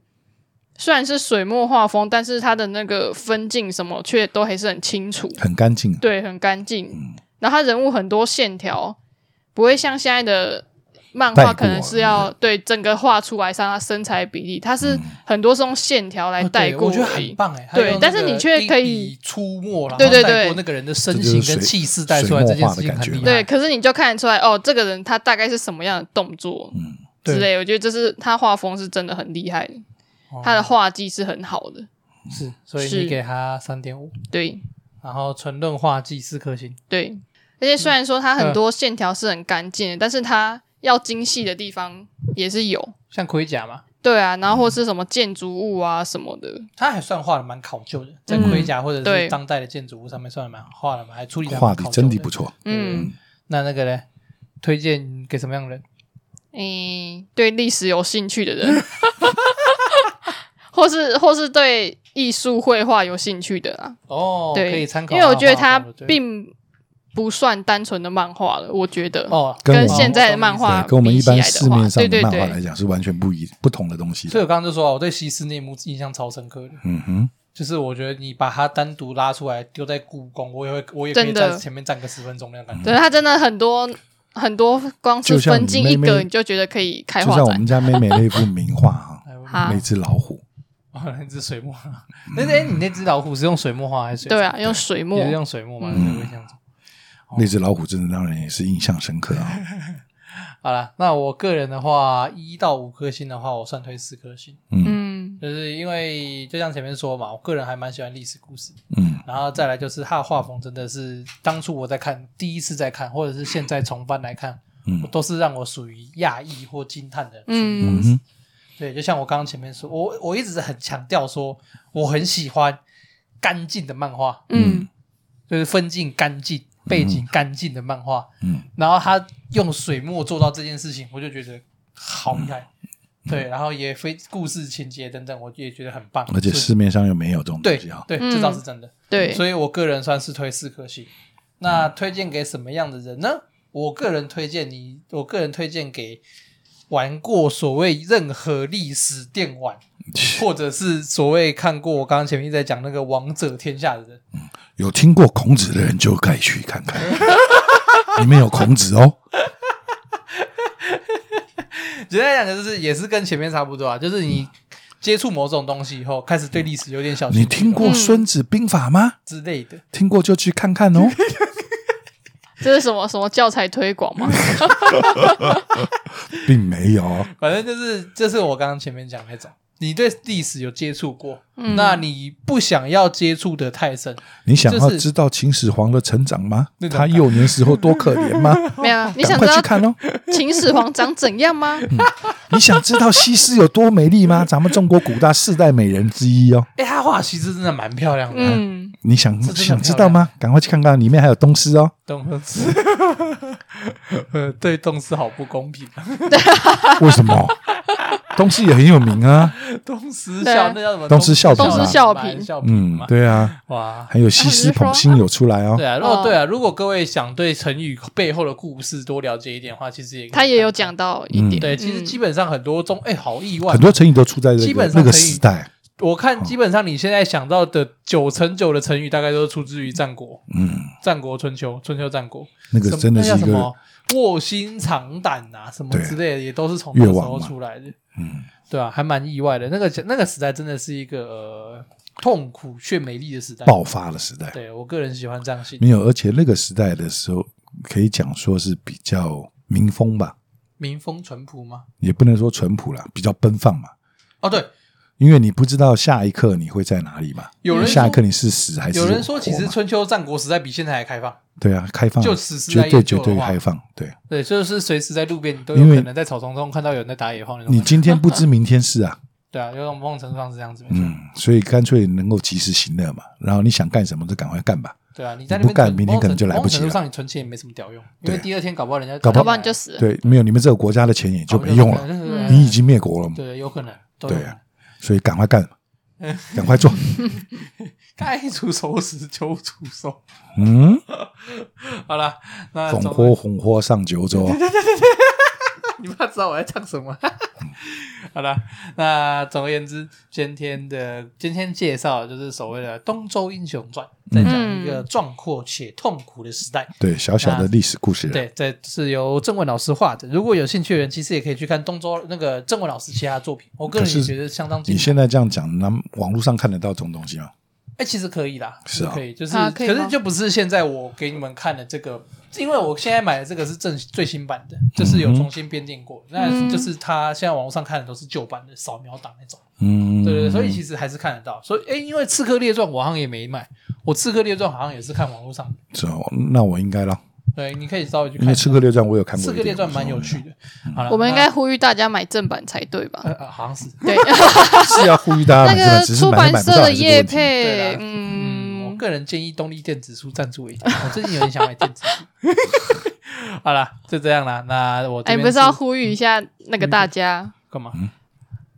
S2: 虽然是水墨画风，但是它的那个分镜什么却都还是很清楚，
S3: 很干净啊。
S2: 对，很干净。然后它人物很多线条，不会像现在的漫
S3: 带过
S2: 画可
S1: 啊
S2: 能是要对整个画出来像它身材比例，它是很多是用线条来
S1: 嗯哦
S2: 带
S1: 对
S2: 过
S1: 我觉得
S2: 而
S1: 很
S2: 已。
S1: 棒哎。
S2: 对
S1: 他用
S2: 但是
S1: 那个
S2: 你却可以
S1: 一笔出没，然
S2: 对
S1: 后
S2: 对
S1: 带
S2: 对
S1: 过那个人的身
S3: 这就
S1: 形
S3: 是
S1: 跟
S3: 水
S1: 气势带出来，
S3: 水墨
S1: 这件
S3: 画
S1: 事
S3: 的
S1: 情
S3: 感
S1: 很
S3: 觉
S1: 厉
S2: 对，
S1: 害。
S2: 可是你就看得出来哦，这个人他大概是什么样的动作
S3: 嗯，
S2: 之
S1: 对，
S2: 类，我觉得这是他画风是真的很厉害的，他的
S1: 哦
S2: 画技是很好的。
S1: 是，所以
S2: 是
S1: 你给他三点五，
S2: 对
S1: 然后纯论画技四颗星。
S2: 对，而且虽然说它
S1: 嗯
S2: 很多线条是很干净的，但是它要精细的地方也是有。
S1: 像盔甲嘛，
S2: 对啊，然后或是什么建筑物啊什么的，
S1: 他还算画的蛮考究的，在
S2: 嗯
S1: 盔甲或者
S2: 对
S1: 是当代的建筑物上面算得蛮画的蛮，还处理得蛮
S3: 画的
S1: 考究
S3: 真的不。错。
S2: 嗯，
S1: 那那个呢？推荐给什么样的人？
S2: 诶、对历史有兴趣的人， 或是或是对艺术绘画有兴趣的啊，
S1: 哦，
S2: 对，
S1: 可以参考
S2: 因
S1: 他的画风。
S2: 为我觉得它
S1: 对
S2: 并不算单纯的漫画了，我觉得，
S1: 哦，
S3: 跟
S2: 跟
S3: 我们
S2: 现在的漫
S1: 啊
S2: 画
S3: 对，跟我们
S2: 比
S3: 一
S2: 起
S3: 般
S2: 来
S3: 市
S2: 的话，
S3: 面上
S2: 对
S3: 的
S2: 对
S3: 漫画来
S2: 对，
S3: 讲是完全不一不同的东西的
S1: 所以我刚刚就说啊，我对西斯内姆印象超深刻的，
S3: 嗯哼，
S1: 就是我觉得你把它单独拉出来丢在故宫，我也会，我也可以
S2: 真的
S1: 在前面站个十分钟那样感觉。，
S2: 对它真的很多很多，光是
S3: 就像
S2: 分镜一
S3: 妹妹
S2: 格你就觉得可以开
S3: 就
S2: 画
S3: 像我
S2: 展，
S3: 们家妹妹那幅名画啊
S2: 好 啊
S3: 那只老虎，
S1: 哦，那哎只水墨，那哎，你那只老虎是用水墨画还是水？
S2: 对，啊，用水墨
S1: 也是，用水墨嘛，
S2: 嗯
S1: 才会这样子。
S2: 哦
S3: 那只老虎真的让人也是印象深刻 啊。
S1: 好了，那我个人的话，一到五颗星的话，我算推四颗星，
S3: 嗯
S2: 嗯
S1: 就是因为就像前面说嘛，我个人还蛮喜欢历史故事，
S3: 嗯，
S1: 然后再来就是他的画风真的是当初我在看，第一次在看，或者是现在重翻来看，
S3: 嗯
S1: 我都是让我属于讶异或惊叹的。
S2: 嗯
S3: 嗯哼，
S1: 对，就像我刚刚前面说，我我一直很强调说，我很喜欢干净的漫画，
S2: 嗯
S1: 就是分镜干净、背景干净的漫画。
S3: 嗯，
S1: 然后他用水墨做到这件事情，我就觉得好厉害。
S3: 嗯
S1: 对，然后也非故事情节等等，我也觉得很棒。
S3: 而且
S1: 所以
S3: 市面上又没有这种
S1: 对
S3: 东西啊。
S1: 对，
S2: 嗯
S1: 这倒是真的。
S2: 对，
S1: 所以我个人算是推四颗星。那推荐给什么样的人呢？我个人推荐你，我个人推荐给玩过所谓任何历史电玩，或者是所谓看过我刚刚前面一直在讲那个《王者天下》的人。
S3: 有听过孔子的人就该去看看，里面有孔子哦。
S1: 简单来讲，就是也是跟前面差不多啊，就是你接触某种东西以后，开始对历史有点小兴趣
S3: 你听过《孙子兵法》吗？
S1: 之类的。
S3: 听过就去看看哦。
S2: 这是什么什么教材推广 吗？
S3: 并没有，
S1: 反正就是，这是我刚刚前面讲那种，你对历史有接触过，
S2: 嗯
S1: 那你不想要接触的太深，
S3: 你想要
S1: 就是
S3: 知道秦始皇的成长吗？
S1: 那种
S3: 他幼年时候多可怜吗？
S2: 没有，啊你
S3: 赶
S2: 想知
S3: 快去
S2: 道
S3: 看哦。
S2: 秦始皇长怎样吗？
S3: 嗯你想知道西施有多美丽吗？咱们中国古代四代美人之一哦。
S1: 哎、他画其实真的蛮漂亮的、啊，
S2: 嗯，
S3: 你想
S1: 是真的
S3: 想知道吗？赶快去看看，里面还有东施哦。
S1: 动词，呃， 对动词好不公平，啊
S3: 为什么？东施也很有名啊。
S1: 动词
S2: 对
S1: 笑
S2: 啊
S1: 那叫什么？
S3: 动词笑啊
S2: 动词笑评
S1: 笑评
S3: 嗯
S1: 嘛，，
S3: 对啊，
S1: 哇。
S3: 还有西施捧心有出来哦
S1: 对。啊，如果
S2: 哦
S1: 对啊，如果各位想对成语背后的故事多了解一点的话，其实也可以
S2: 他也有
S1: 看看
S2: 讲到一点，
S1: 对，其实
S2: 嗯
S1: 基本上很多中，哎、好意外。
S3: 很多成语都出在那
S1: 基
S3: 个
S1: 本上
S3: 那个
S1: 成语
S3: 时代。
S1: 我看基本上你现在想到的九成九的成语，大概都是出自于战国、
S3: 嗯，
S1: 战国春秋、春秋战国。
S3: 那个
S1: 什么
S3: 真的是
S1: 那
S3: 一
S1: 叫什
S3: 个
S1: 么卧薪尝胆啊，什么
S3: 对
S1: 之类的，也都是从那个
S3: 越
S1: 时
S3: 王
S1: 候
S3: 嘛
S1: 出来的。
S3: 嗯，
S1: 对啊，还蛮意外的。那个那个时代真的是一个、呃、痛苦却美丽的时代。
S3: 爆发的时代。
S1: 对我个人喜欢这样写，
S3: 没有，而且那个时代的时候，可以讲说是比较民风吧，
S1: 民风淳朴吗？
S3: 也不能说淳朴啦，比较奔放嘛。
S1: 哦，对，
S3: 因为你不知道下一刻你会在哪里嘛，
S1: 有人
S3: 下一刻
S1: 说
S3: 你是死还是
S1: 有人说，哎其
S3: 活
S1: 实
S3: 嘛
S1: 春秋战国时代比现在还开放。
S3: 对啊，开放啊
S1: 就此时来
S3: 绝对
S1: 研究
S3: 绝
S1: 的
S3: 对
S1: 话
S3: 开放。对
S1: 对，就是随时在路边，你都
S3: 因
S1: 有
S3: 为
S1: 可能在草丛中看到有人在打野炮那种
S3: 你
S1: 感觉。
S3: 今天不知明天 事啊，
S1: 对啊，有种某种程度上是这样子，没错。
S3: 嗯，所以干脆能够及时行乐嘛，然后你想干什么就赶快干吧。
S1: 对啊，你在那
S3: 你不
S1: 边
S3: 干
S1: 存
S3: 明天可能就来不及
S1: 某种程
S3: 了
S1: 度上你存钱也没什么屌用，因为
S3: 对
S1: 第二天搞不好人家
S3: 搞不
S2: 要
S3: 好
S2: 不然就死嗯了。
S3: 对，没有你们这个国家的钱也
S1: 哦
S3: 就没用了，
S1: 了
S3: 你已经灭国了嘛，
S1: 对，有可能。都有
S3: 对
S1: 可能
S3: 啊，所以赶快干，赶 快做。
S1: 该出手时就出手。
S3: 嗯，
S1: 好了，那
S3: 红
S1: 总
S3: 火红火上九州啊，
S1: 你不要知道我在唱什么。 好了，那总而言之，今天的今天介绍的就是所谓的《东周英雄传》，
S2: 嗯
S1: 在讲一个壮阔且痛苦的时代。
S3: 对，小小的历史故事，
S1: 啊
S3: 啊
S1: 对，这是由郑文老师画的。如果有兴趣的人，其实也可以去看东周那个郑文老师其他作品。我个人
S3: 可
S1: 也
S3: 是
S1: 觉得相当精
S3: 你
S1: 彩。
S3: 现在这样讲，那网络上看得到这种东西吗？啊
S1: 哎，其实可以啦，
S3: 是啊
S1: 可以，就是、
S2: 啊可
S1: 可
S2: 以吗
S1: 是就不是现在我给你们看的这个，因为我现在买的这个是正最新版的，就是
S3: 嗯
S1: 有重新编定过。
S2: 嗯
S1: 那就是他现在网络上看的都是旧版的扫描档那种。
S3: 嗯，
S1: 对对对，所以其实还是看得到。所以，哎，因为《刺客列传》我好像也没买，我《刺客列传》好像也是看网络上的。
S3: 是哦，那我应该了，
S1: 对，你可以稍微去
S3: 因
S1: 看
S3: 为
S1: 一
S3: 《
S1: 下。
S3: 刺客列传》我有看过一
S1: 刺
S3: 点，
S1: 客列传》蛮有趣的。好了，
S2: 我们应该
S1: 那
S2: 呼吁大家买正版才对吧？
S3: 啊
S1: 呃呃好像是
S2: 对，
S3: 我知道，是要呼吁大家
S2: 那
S3: 买这
S2: 个
S3: 本，只是
S2: 出
S3: 买
S2: 版
S3: 是买
S2: 社
S3: 不到
S2: 的
S3: 还是个
S2: 业
S3: 问题。
S1: 对
S2: 配
S1: 啦，
S2: 嗯，
S1: 我个人建议东立电子书赞助我一点。我最近有点想买电子 书。好啦，就这样啦。那我这
S2: 哎，
S1: 边嗯
S2: 你不是要呼吁一下那个大家？
S1: 干嘛？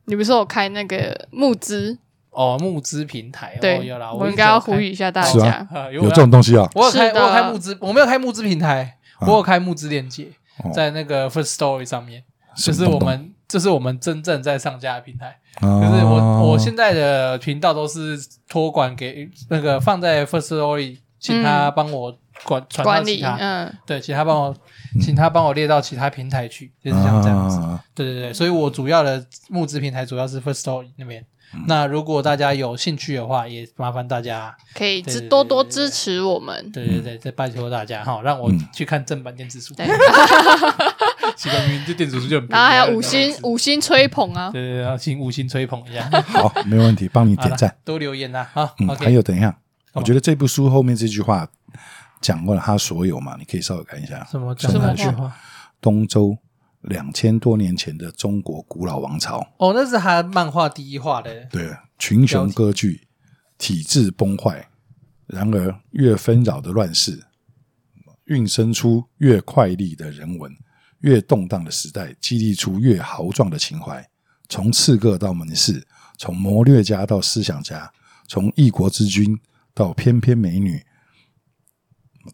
S2: 你不是有开那个募资？
S1: 哦，募资平台哦，
S2: 对
S1: 有啦，，一
S2: 我应
S1: 直
S2: 该要
S1: 有开
S2: 呼吁一下大
S3: 是
S2: 家
S3: 啊。
S1: 呃，有
S3: 有
S1: 我
S3: 这种东西啊？
S1: 我有开，
S2: 是
S1: 我
S2: 的
S1: 有开募资，我没有开募资平台，我有开募资链接
S3: 哦，
S1: 在那个 First Story 上面，
S3: 什
S1: 这
S3: 么
S1: 是
S3: 东
S1: 我
S3: 东
S1: 们这是我们真正在上架的平台。
S3: 啊
S1: 就是我我现在的频道都是托管给那个放在 First Story，请他帮我管传到
S2: 嗯管
S1: 其
S2: 理，
S1: 他，
S2: 嗯，
S1: 对，请他帮我，请他帮我列到其他平台去，就是像这样子。
S3: 啊，
S1: 对对对，所以我主要的募资平台主要是 First Story 那边。那如果大家有兴趣的话，也麻烦大家，
S2: 可以
S1: 对
S2: 支
S1: 对
S2: 多
S1: 对
S2: 多
S1: 对
S2: 支持我们。
S1: 对对对，再拜托大家哈，让我
S3: 嗯
S1: 去看正版电子书。
S2: 对，
S1: 奇怪，明明就电子书就很便宜
S2: 然后还有
S1: 对
S2: 五星
S1: 对
S2: 五星吹捧啊，
S1: 对对，然后请五星吹捧一 下，
S3: 好，没问题，帮你
S1: 好
S3: 点
S1: 啦
S3: 赞。
S1: 多留言啦啊
S3: 嗯，
S1: ！OK，
S3: 还有等一下，我
S1: 嘛
S3: 觉得这部书后面这句话讲过了他所有嘛，你可以稍微看一下。
S1: 什么
S3: 什
S1: 讲哪
S2: 么
S1: 句
S2: 话
S1: 话？
S3: 东周两千多年前的中国古老王朝，
S1: 哦，那是他漫画第一话的
S3: 对，群雄割据，体制崩坏。然而，越纷扰的乱世，孕生出越快丽的人文，越动荡的时代，激励出越豪壮的情怀。从刺客到门士，从谋略家到思想家，从一国之君到翩翩美女，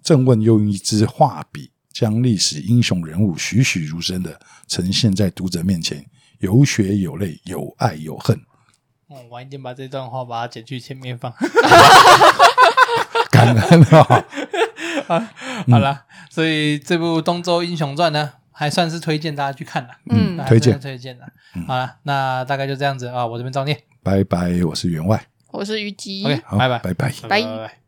S3: 郑问用一支画笔，将历史英雄人物栩栩如生的呈现在读者面前，有血有泪，有爱有恨。
S1: 哦我晚一点把这段话把它剪去前面放。
S3: 感恩啊、
S1: 好啦，所以这部《东周英雄传》呢，还算是推荐大家去看的，
S2: 嗯
S1: 还，
S3: 推荐
S1: 算是推荐的。好了，那大概就这样子啊，我这边照念。
S3: 拜拜，我是员外，
S2: 我是虞姬。
S1: OK，
S3: 好，
S1: 拜拜
S3: 拜拜。
S2: 嗯拜
S1: 拜拜。